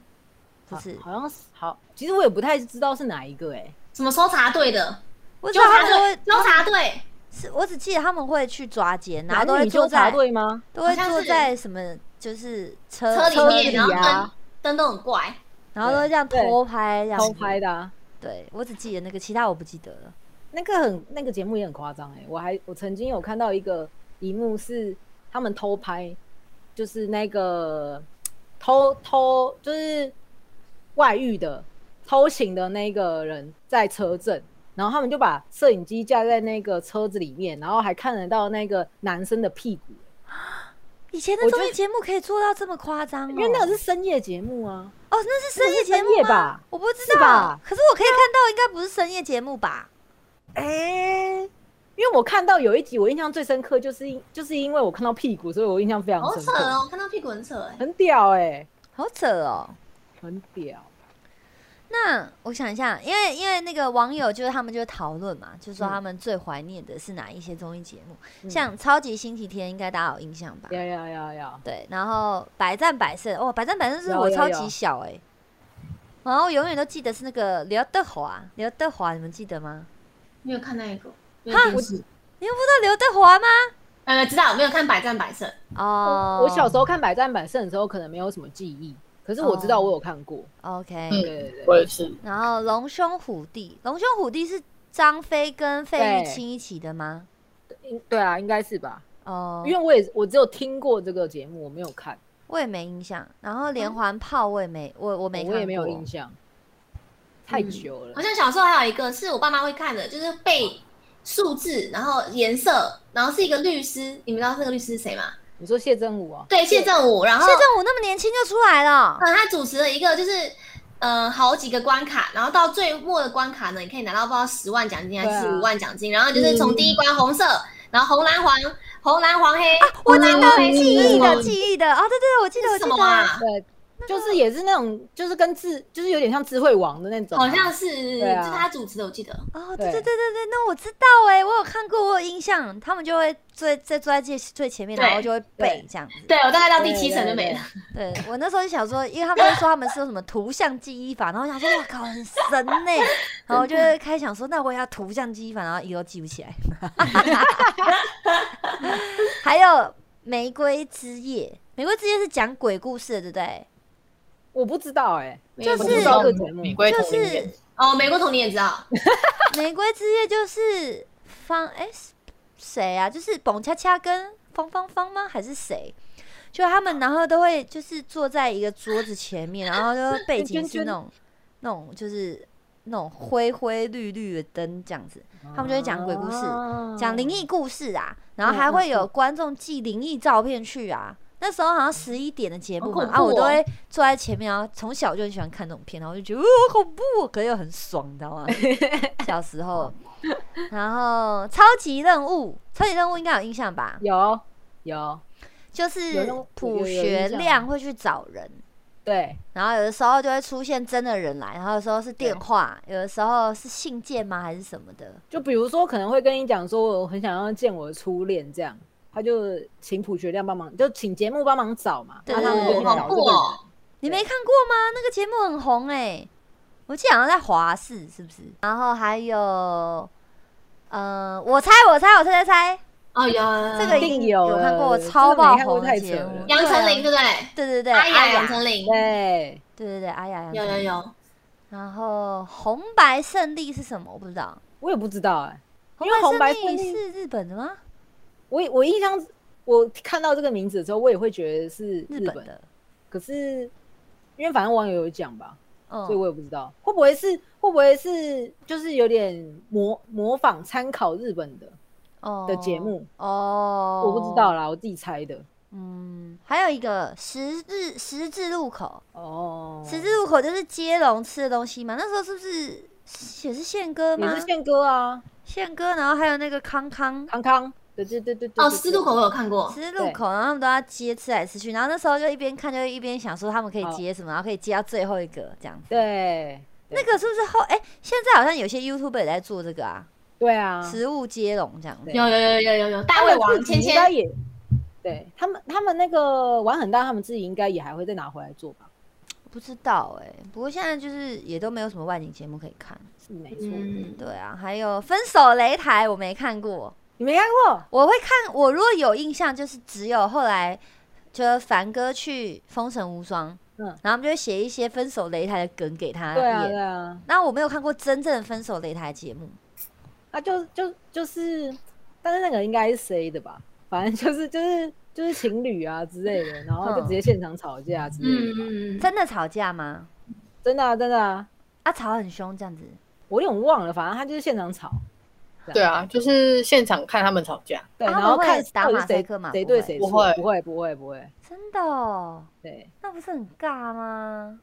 [SPEAKER 1] 不是，
[SPEAKER 2] 好像是好，其实我也不太知道是哪一个哎、
[SPEAKER 3] 什么搜查队的，
[SPEAKER 1] 我知
[SPEAKER 3] 纠
[SPEAKER 1] 道他
[SPEAKER 3] 察
[SPEAKER 1] 们
[SPEAKER 3] 队
[SPEAKER 1] 会，
[SPEAKER 3] 纠察队，
[SPEAKER 1] 是我只记得他们会去抓奸，然
[SPEAKER 2] 哪
[SPEAKER 1] 后都
[SPEAKER 2] 个
[SPEAKER 1] 会
[SPEAKER 2] 女纠
[SPEAKER 1] 坐
[SPEAKER 2] 察
[SPEAKER 1] 在
[SPEAKER 2] 队吗？
[SPEAKER 1] 都会
[SPEAKER 3] 好像
[SPEAKER 1] 坐
[SPEAKER 3] 是
[SPEAKER 1] 在什么就是呃车
[SPEAKER 3] 车里面，
[SPEAKER 2] 里
[SPEAKER 3] 然后灯
[SPEAKER 2] 啊
[SPEAKER 3] 灯都很怪，
[SPEAKER 1] 然后都会这样
[SPEAKER 2] 对
[SPEAKER 1] 偷拍这样子
[SPEAKER 2] 偷拍。的、啊。
[SPEAKER 1] 对我只记得那个，其他我不记得了。
[SPEAKER 2] 那个很那个节目也很夸张哎，我还我曾经有看到一个一幕是他们偷拍，就是那个偷偷就是外遇的偷情的那个人在车震，然后他们就把摄影机架在那个车子里面，然后还看得到那个男生的屁股，
[SPEAKER 1] 以前的
[SPEAKER 2] 我觉
[SPEAKER 1] 综
[SPEAKER 2] 得
[SPEAKER 1] 艺节目可以做到这么夸张、哦，
[SPEAKER 2] 因为那个是深夜节目啊，
[SPEAKER 1] 哦，那是深夜
[SPEAKER 2] 那是
[SPEAKER 1] 节
[SPEAKER 2] 深
[SPEAKER 1] 目
[SPEAKER 2] 夜
[SPEAKER 1] 吗
[SPEAKER 2] 吧
[SPEAKER 1] 我不知
[SPEAKER 2] 是
[SPEAKER 1] 道
[SPEAKER 2] 吧，
[SPEAKER 1] 可是我可以看到，应该不是深夜节目吧？
[SPEAKER 2] 哎、因为我看到有一集我印象最深刻，就是因就是因为我看到屁股，所以我印象非常
[SPEAKER 3] 好
[SPEAKER 2] 深
[SPEAKER 3] 扯
[SPEAKER 2] 刻，
[SPEAKER 3] 哦，看到屁股很扯哎。
[SPEAKER 2] 很屌哎、
[SPEAKER 1] 好扯哦。
[SPEAKER 2] 很屌。
[SPEAKER 1] 那我想一下，因为因为那个网友就是他们就讨论嘛，就说
[SPEAKER 2] 嗯
[SPEAKER 1] 他们最怀念的是哪一些综艺节目，
[SPEAKER 2] 嗯
[SPEAKER 1] 像《超级星期天》应该大家有印象吧？
[SPEAKER 2] 要要要要，
[SPEAKER 1] 对，然后百战百胜，哇，百战百胜是
[SPEAKER 2] 有
[SPEAKER 1] 我
[SPEAKER 2] 有
[SPEAKER 1] 超
[SPEAKER 2] 有
[SPEAKER 1] 级小哎、然后永远都记得是那个刘德华，刘德华你们记得吗？
[SPEAKER 3] 没有看那一个，
[SPEAKER 2] 嗯
[SPEAKER 3] 没有电视
[SPEAKER 1] 你们不知道刘德华吗？
[SPEAKER 3] 呃，知道没有看《百战百胜》，
[SPEAKER 1] 哦、
[SPEAKER 2] 我小时候看《百战百胜》的时候，可能没有什么记忆，可是我知道我有看过。
[SPEAKER 1] 候 OK，、
[SPEAKER 4] 嗯
[SPEAKER 2] 对对对，
[SPEAKER 4] 我也是，
[SPEAKER 1] 然后龙兄虎弟，龙兄虎弟是张飞跟费玉
[SPEAKER 2] 对
[SPEAKER 1] 清一起的吗？
[SPEAKER 2] 应对啊，应该是吧？
[SPEAKER 1] 哦、
[SPEAKER 2] 因为我也我只有听过这个节目，我没有看，
[SPEAKER 1] 我也没印象。然后连环炮我也没，我我没看
[SPEAKER 2] 啊我也没有
[SPEAKER 1] 过嗯
[SPEAKER 2] 印象，太久了
[SPEAKER 3] 好。像小时候还有一个是我爸妈会看的，就是被数字，然后颜色，然后是一个律师，你们知道那个律师是谁吗？
[SPEAKER 2] 你说谢振武哦，
[SPEAKER 3] 对，谢振武，然后
[SPEAKER 1] 谢振武那么年轻就出来了，
[SPEAKER 3] 嗯，他主持了一个就是呃好几个关卡，然后到最末的关卡呢，你可以拿到不知道十万奖金还
[SPEAKER 2] 对
[SPEAKER 3] 是
[SPEAKER 2] 啊
[SPEAKER 3] 十五万奖金，然后就是
[SPEAKER 1] 嗯
[SPEAKER 3] 从第一关红色，然后红蓝黄红蓝黄黑，
[SPEAKER 1] 啊我
[SPEAKER 3] 红
[SPEAKER 1] 记
[SPEAKER 3] 蓝黄黑
[SPEAKER 1] 得记
[SPEAKER 3] 是
[SPEAKER 1] 忆
[SPEAKER 3] 什么
[SPEAKER 1] 的记忆的啊，对对对，我记得我
[SPEAKER 3] 是
[SPEAKER 1] 记
[SPEAKER 3] 什么
[SPEAKER 1] 得，
[SPEAKER 3] 啊？
[SPEAKER 2] 对，就是也是那种，就是跟智，就是有点像智慧王的那种啊，
[SPEAKER 3] 好像是，
[SPEAKER 2] 对啊
[SPEAKER 3] 就是他主持的，我记得。
[SPEAKER 1] 哦，对对
[SPEAKER 2] 对
[SPEAKER 1] 对对对，那我知道哎，我有看过，我有印象，他们就会最在坐在最最前面，
[SPEAKER 3] 对
[SPEAKER 1] 然后就会背这样子。
[SPEAKER 3] 对，我大概到第七层就没了。
[SPEAKER 1] 对我那时候就想说，因为他们就说他们是有什么图像记忆法，然后我想说哇靠，很神呢、然后我就会开始想说，那我也要图像记忆法，然后一个都记不起来。还有《玫瑰之夜》，《玫瑰之夜》是讲鬼故事的，对不对？
[SPEAKER 2] 我不知道哎，
[SPEAKER 1] 就是
[SPEAKER 2] 我
[SPEAKER 4] 我
[SPEAKER 2] 不知
[SPEAKER 4] 知
[SPEAKER 2] 道
[SPEAKER 4] 道
[SPEAKER 2] 这个节目
[SPEAKER 4] 玫，瑰
[SPEAKER 1] 就
[SPEAKER 4] 同龄
[SPEAKER 1] 是
[SPEAKER 4] 人，
[SPEAKER 3] 哦，美国童年也知道，
[SPEAKER 1] 《 玫瑰之夜》就是方哎谁啊？就是蹦恰恰跟方方方吗？还是谁？就他们，然后都会就是坐在一个桌子前面，然后就背景是那种那种就是那种灰灰绿绿的灯这样子，他们就会讲鬼故事，讲灵
[SPEAKER 2] 异，
[SPEAKER 1] 异故事啊，然
[SPEAKER 2] 嗯
[SPEAKER 1] 后还会有观众寄灵异照片去啊。那时候好像十一点的节目嘛，
[SPEAKER 3] 好恐
[SPEAKER 1] 啊，
[SPEAKER 3] 怖哦
[SPEAKER 1] 我都会坐在前面，然后从小就很喜欢看这种片，然后就觉得哦好恐怖哦，可是又很爽，你知道吗？小时 候，然后超级任务，超级任务应该有印象吧？
[SPEAKER 2] 有有，
[SPEAKER 1] 就是
[SPEAKER 2] 有任务
[SPEAKER 1] 朴
[SPEAKER 2] 有有有
[SPEAKER 1] 学
[SPEAKER 2] 印象啊
[SPEAKER 1] 亮会去找人，
[SPEAKER 2] 对，
[SPEAKER 1] 然后有的时候就会出现真的人来，然后有时候是电话，有的时候是信件吗还是什么的？
[SPEAKER 2] 就比如说可能会跟你讲说，我很想要见我的初恋这样。他就请朴学亮帮忙，就请节目帮忙找嘛，
[SPEAKER 1] 对
[SPEAKER 2] 那他们就
[SPEAKER 1] 对
[SPEAKER 2] 去
[SPEAKER 1] 对
[SPEAKER 2] 找
[SPEAKER 3] 好
[SPEAKER 2] 这
[SPEAKER 3] 酷
[SPEAKER 2] 个人
[SPEAKER 3] 哦！
[SPEAKER 1] 你没看过吗？那个节目很红哎、我记得好像在华视，是不是？然后还有，呃，我猜，我猜，我猜猜猜，
[SPEAKER 3] 哦，有有有
[SPEAKER 1] 这个
[SPEAKER 2] 一定有
[SPEAKER 1] 有看过，
[SPEAKER 2] 了
[SPEAKER 1] 超
[SPEAKER 2] 这个没
[SPEAKER 1] 爆
[SPEAKER 2] 看过
[SPEAKER 1] 红的
[SPEAKER 2] 太
[SPEAKER 1] 节
[SPEAKER 2] 扯
[SPEAKER 1] 目
[SPEAKER 2] 了。
[SPEAKER 3] 杨丞琳
[SPEAKER 1] 对啊
[SPEAKER 3] 对不对？
[SPEAKER 1] 对对对，
[SPEAKER 3] 阿雅
[SPEAKER 1] 阿
[SPEAKER 3] 杨
[SPEAKER 1] 雅，
[SPEAKER 3] 丞琳，
[SPEAKER 2] 对，
[SPEAKER 1] 对对对，阿雅杨丞
[SPEAKER 3] 有
[SPEAKER 1] 琳
[SPEAKER 3] 有有，
[SPEAKER 1] 然后红白胜利是什么？我不知道。
[SPEAKER 2] 我也不知道哎、因为
[SPEAKER 1] 红
[SPEAKER 2] 红白
[SPEAKER 1] 胜
[SPEAKER 2] 胜
[SPEAKER 1] 利
[SPEAKER 2] 利
[SPEAKER 1] 是日本的吗？
[SPEAKER 2] 我我印象我看到这个名字的时候，我也会觉得是
[SPEAKER 1] 日
[SPEAKER 2] 本
[SPEAKER 1] 本的，
[SPEAKER 2] 可是因为反正网友有讲吧，所以
[SPEAKER 1] 嗯，
[SPEAKER 2] 我也不知道会不会是会不会是就是有点模模仿参考日本的，
[SPEAKER 1] 哦
[SPEAKER 2] 的节目
[SPEAKER 1] 哦，
[SPEAKER 2] 我不知道。啦，我自己猜的。
[SPEAKER 1] 嗯，还有一个十字十字路口，
[SPEAKER 2] 哦，
[SPEAKER 1] 十字路口就是接龙吃的东西嘛。那时候是不是也是宪哥
[SPEAKER 2] 也
[SPEAKER 1] 吗
[SPEAKER 2] 是？宪哥啊，
[SPEAKER 1] 宪哥，然后还有那个康康。
[SPEAKER 2] 康康，对对对对对，
[SPEAKER 3] 哦，
[SPEAKER 2] 对
[SPEAKER 3] 十字路口我有看过
[SPEAKER 2] 哦
[SPEAKER 1] 十，字路口，然后他们都要接吃来吃去，然后那时候就一边看就一边想说他们可以接什么，然后可以接到最后一个这样子。
[SPEAKER 2] 对
[SPEAKER 1] 那个是不是后？哎、现在好像有些 YouTube 也在做这个啊，
[SPEAKER 2] 对啊，
[SPEAKER 1] 食物接龙这样子。
[SPEAKER 2] 对
[SPEAKER 3] 有有有有有有，大
[SPEAKER 2] 他
[SPEAKER 3] 胃
[SPEAKER 2] 们
[SPEAKER 3] 王
[SPEAKER 2] 自己
[SPEAKER 3] 芊
[SPEAKER 2] 应该
[SPEAKER 3] 芊，
[SPEAKER 2] 也，对他们他们那个玩很大，他们自己应该也还会再拿回来做吧，
[SPEAKER 1] 不知道哎、不过现在就是也都没有什么外景节目可以看。
[SPEAKER 2] 是没错。
[SPEAKER 3] 嗯，
[SPEAKER 1] 对啊，还有《分手擂台》我没看过，
[SPEAKER 2] 你没看过？
[SPEAKER 1] 我会看，我如果有印象就是只有后来就是凡哥去《封神无双》，嗯
[SPEAKER 2] 嗯，
[SPEAKER 1] 然后他们就会写一些分手擂台的梗给他
[SPEAKER 2] 对啊，
[SPEAKER 1] 演。
[SPEAKER 2] 对啊，
[SPEAKER 1] 那、我没有看过真正的分手擂台节目，
[SPEAKER 2] 啊，就就就是，但是那个应该是 C 的吧？反正 就是就是就是情侣啊之类的，然后就直接现场吵架之类的吧。
[SPEAKER 3] 嗯嗯嗯，
[SPEAKER 1] 真的吵架吗？
[SPEAKER 2] 真的啊，真的啊，
[SPEAKER 1] 啊，吵很凶这样子。
[SPEAKER 2] 我有点忘了，反正他就是现场吵。
[SPEAKER 4] 对啊，就是现场看他们吵架，
[SPEAKER 2] 对，
[SPEAKER 1] 他们
[SPEAKER 2] 然后
[SPEAKER 1] 会
[SPEAKER 2] 看
[SPEAKER 1] 打
[SPEAKER 2] 到底
[SPEAKER 1] 马
[SPEAKER 2] 是
[SPEAKER 1] 赛
[SPEAKER 2] 谁
[SPEAKER 1] 克吗
[SPEAKER 2] 谁
[SPEAKER 1] 不
[SPEAKER 2] 对
[SPEAKER 1] 会
[SPEAKER 2] 谁
[SPEAKER 4] 不
[SPEAKER 2] 错
[SPEAKER 4] 会
[SPEAKER 2] 不会不会不会，
[SPEAKER 1] 真的哦，
[SPEAKER 2] 对
[SPEAKER 1] 那不是很尬吗？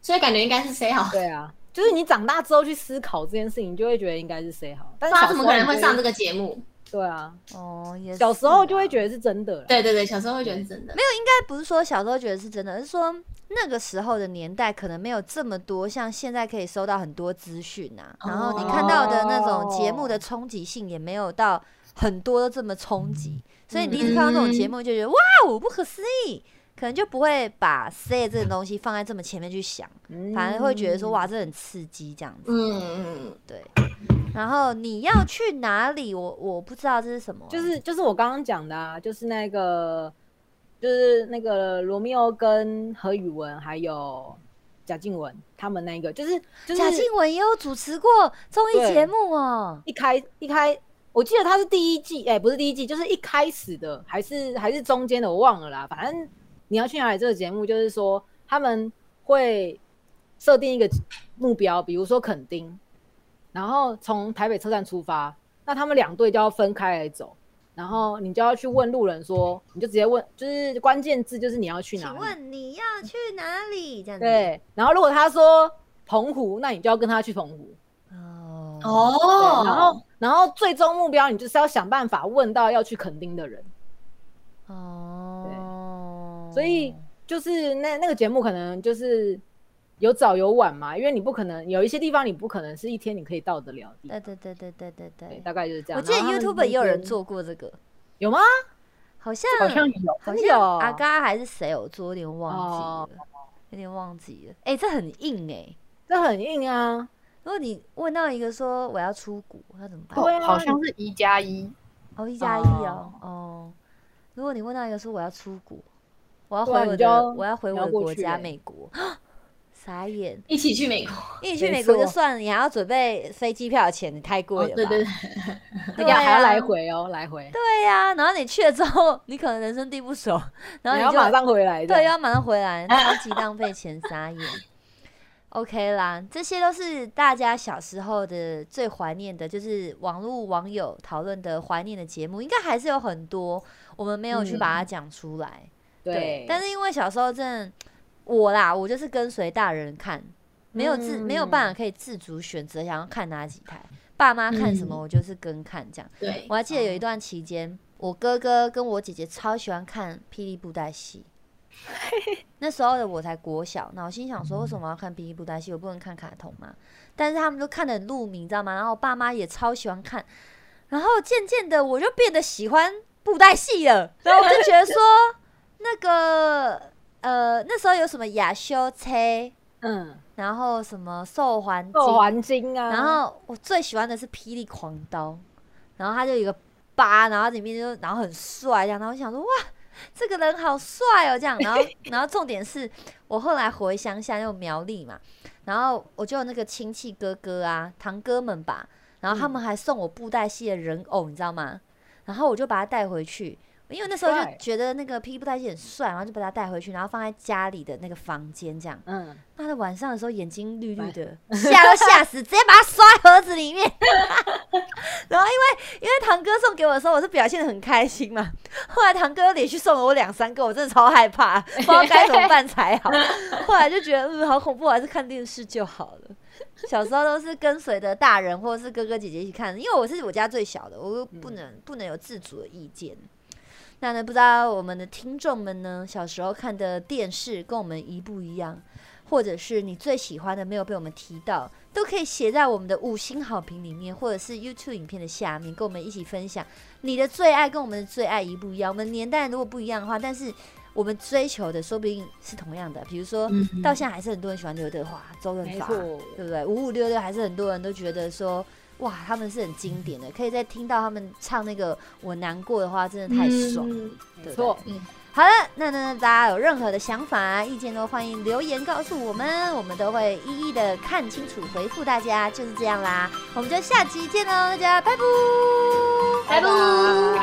[SPEAKER 3] 所以感觉应该是谁好？
[SPEAKER 2] 对啊，就是你长大之后去思考这件事情，你就会觉得应该是谁好。但
[SPEAKER 3] 不
[SPEAKER 2] 是
[SPEAKER 3] 然
[SPEAKER 1] 啊
[SPEAKER 2] 小
[SPEAKER 3] 怎么
[SPEAKER 2] 时候
[SPEAKER 3] 可能
[SPEAKER 2] 你
[SPEAKER 3] 会
[SPEAKER 2] 就
[SPEAKER 3] 上这个节目？
[SPEAKER 2] 对啊，
[SPEAKER 1] 哦，也
[SPEAKER 2] 小时候就
[SPEAKER 1] 是啊
[SPEAKER 2] 会觉得是真的啦。
[SPEAKER 3] 对对对，小时候会觉得是真的，没
[SPEAKER 1] 应该不是说小时候觉得是真的，而是说那个时候的年代可能没有这么多像现在可以收到很多资讯啊，
[SPEAKER 3] 哦
[SPEAKER 1] 然后你看到的那种节目
[SPEAKER 2] 哦
[SPEAKER 1] 的冲击性也没有到很多都这么冲击，所以你第一次看到这种节
[SPEAKER 2] 嗯
[SPEAKER 1] 目就觉得、哇哦不可思议，可能就不会把 C 这种东西放在这么前面去想，
[SPEAKER 2] 嗯
[SPEAKER 1] 反而会觉得说哇这很刺激这样子，
[SPEAKER 3] 嗯嗯
[SPEAKER 1] 对。然后你要去哪里？我我不知道这是什么啊，
[SPEAKER 2] 就是就是我刚刚讲的啊，就是那个就是那个罗密欧跟何宇文还有贾静雯他们那个，就是就是
[SPEAKER 1] 贾静雯也有主持过综艺
[SPEAKER 2] 对
[SPEAKER 1] 节目哦。
[SPEAKER 2] 一开一开，我记得他是第一季，哎、不是第一季，就是一开始的，还是还是中间的，我忘了啦。反正你要去哪里这个节目，就是说他们会设定一个目标，比如说垦丁，然后从台北车站出发，那他们两队就要分开来走，然后你就要去问路人说，你就直接问，就是关键字就是你要去哪
[SPEAKER 1] 请
[SPEAKER 2] 里。
[SPEAKER 1] 问你要去哪里？这样子。，
[SPEAKER 2] 对，然后如果他说澎湖，那你就要跟他去澎湖。
[SPEAKER 1] 哦
[SPEAKER 3] 哦，
[SPEAKER 2] 然后，然后最终目标你就是要想办法问到要去垦丁的人。
[SPEAKER 1] 哦，
[SPEAKER 2] 所以就是那那个节目可能就是有早有晚嘛，因为你不可能有一些地方你不可能是一天你可以到得了的地
[SPEAKER 1] 对
[SPEAKER 2] 方。
[SPEAKER 1] 对对对对对
[SPEAKER 2] 对，
[SPEAKER 1] 对，
[SPEAKER 2] 大概就是这样。
[SPEAKER 1] 我记得
[SPEAKER 2] 然后他们
[SPEAKER 1] YouTube 也有人
[SPEAKER 2] 那边
[SPEAKER 1] 做过这个，
[SPEAKER 2] 有吗？
[SPEAKER 1] 好像
[SPEAKER 4] 好像有，
[SPEAKER 1] 好
[SPEAKER 2] 真的有
[SPEAKER 1] 像阿嘎还是谁有做，有点忘
[SPEAKER 2] 哦
[SPEAKER 1] 记了，有点忘记了。哎，这很硬哎。
[SPEAKER 2] 这很硬啊！
[SPEAKER 1] 如果你问到一个说我要出国，那怎么办？
[SPEAKER 2] 对啊
[SPEAKER 4] 好像是一加一，
[SPEAKER 1] 哦，一加一哦，哦。如果你问到一个说我要出国，我要回
[SPEAKER 2] 对啊
[SPEAKER 1] 我
[SPEAKER 2] 你就
[SPEAKER 1] 的
[SPEAKER 2] 要
[SPEAKER 1] 我要回我的
[SPEAKER 2] 你要过
[SPEAKER 1] 国
[SPEAKER 2] 去
[SPEAKER 1] 家
[SPEAKER 2] 欸
[SPEAKER 1] 美国， 傻眼！
[SPEAKER 3] 一起去美国，
[SPEAKER 1] 因为你去
[SPEAKER 2] 没
[SPEAKER 1] 美国就
[SPEAKER 2] 错
[SPEAKER 1] 算了，你还要准备飞机票的钱，你太贵
[SPEAKER 3] 哦
[SPEAKER 1] 了吧？
[SPEAKER 3] 对对对，
[SPEAKER 2] 而
[SPEAKER 1] 对
[SPEAKER 2] 且
[SPEAKER 1] 啊
[SPEAKER 2] 还要来回哦，来回，
[SPEAKER 1] 对啊呀、然后你去了之后，你可能人生地不熟，然后
[SPEAKER 2] 你
[SPEAKER 1] 你
[SPEAKER 2] 要
[SPEAKER 1] 就
[SPEAKER 2] 马上回来的。
[SPEAKER 1] 对，啊要马上回 来，超级浪费钱，傻眼。OK 啦，这些都是大家小时候的最怀念的，就是网络网友讨论的怀念的节目，应该还是有很多我们没有去
[SPEAKER 2] 嗯
[SPEAKER 1] 把它讲出来。
[SPEAKER 2] 对，
[SPEAKER 1] 但
[SPEAKER 2] 是
[SPEAKER 1] 是因为小时候真的我啦，我就是跟随大人看，没有自、没有办法可以自主选择想要看哪几台，爸妈看什么
[SPEAKER 3] 嗯
[SPEAKER 1] 我就是跟看这样。
[SPEAKER 3] 对
[SPEAKER 1] 我还记得有一段期间，我哥哥跟我姐姐超喜欢看《霹雳布袋戏》。那时候的我才国小，那我心想说，为什么要看《霹雳布袋戏》？我不能看卡通吗？但是他们都看得很入迷，你知道吗？然后我爸妈也超喜欢看，然后渐渐的我就变得喜欢布袋戏了，然后我就觉得说，那个呃，那时候有什么亚修车，
[SPEAKER 2] 嗯，
[SPEAKER 1] 然后什么寿环金
[SPEAKER 2] 做环境啊，
[SPEAKER 1] 然后我最喜欢的是霹雳狂刀，然后他就有一个疤，然后里面就然后很帅这样，然后我想说哇，这个人好帅哦这样，然后然后重点是我后来回乡下又苗栗嘛，然后我就有那个亲戚哥哥啊堂哥们吧，然后他们还送我布袋戏的人偶，你知道吗？然后我就把它带回去。因为那时候就
[SPEAKER 2] 帅
[SPEAKER 1] 觉得那个霹雳布袋戏很帅，然后就把它带回去，然后放在家里的那个房间这样。
[SPEAKER 2] 嗯，
[SPEAKER 1] 妈的，晚上的时候眼睛绿绿的，吓都吓死，直接把它摔盒子里面。 然后因为因为堂哥送给我的时候，我是表现的很开心嘛。后来堂哥又连续送了我两三个，我真的超害怕，不知道该怎么办才好。后来就觉得嗯，好恐怖，我还是看电视就好了。 小时候都是跟随着大人 或者是哥哥姐姐一起看，因为我是我家最小的，我又
[SPEAKER 2] 嗯
[SPEAKER 1] 不能、不能有自主的意见。那呢，不知道我们的听众们呢，小时候看的电视跟我们一不一样，或者是你最喜欢的没有被我们提到，都可以写在我们的五星好评里面，或者是 YouTube 影片的下面，跟我们一起分享你的最爱跟我们的最爱一不一样。我们年代如果不一样的话，但是我们追求的说不定是同样的，比如说、
[SPEAKER 3] 嗯
[SPEAKER 1] 到现在还是很多人喜欢刘德华、周润
[SPEAKER 2] 嗯没
[SPEAKER 1] 发，
[SPEAKER 2] 错，
[SPEAKER 1] 对不对？五五六六还是很多人都觉得说，哇，他们是很经典的，可以在听到他们唱那个《我难过》的话，真的太爽。
[SPEAKER 3] 嗯
[SPEAKER 2] 没错，
[SPEAKER 1] 好了，那呢，大家有任何的想法、意见都欢迎留言告诉我们，我们都会一一的看清楚回复大家，就是这样啦，我们就下期见喽，大家拜拜，
[SPEAKER 3] 拜拜。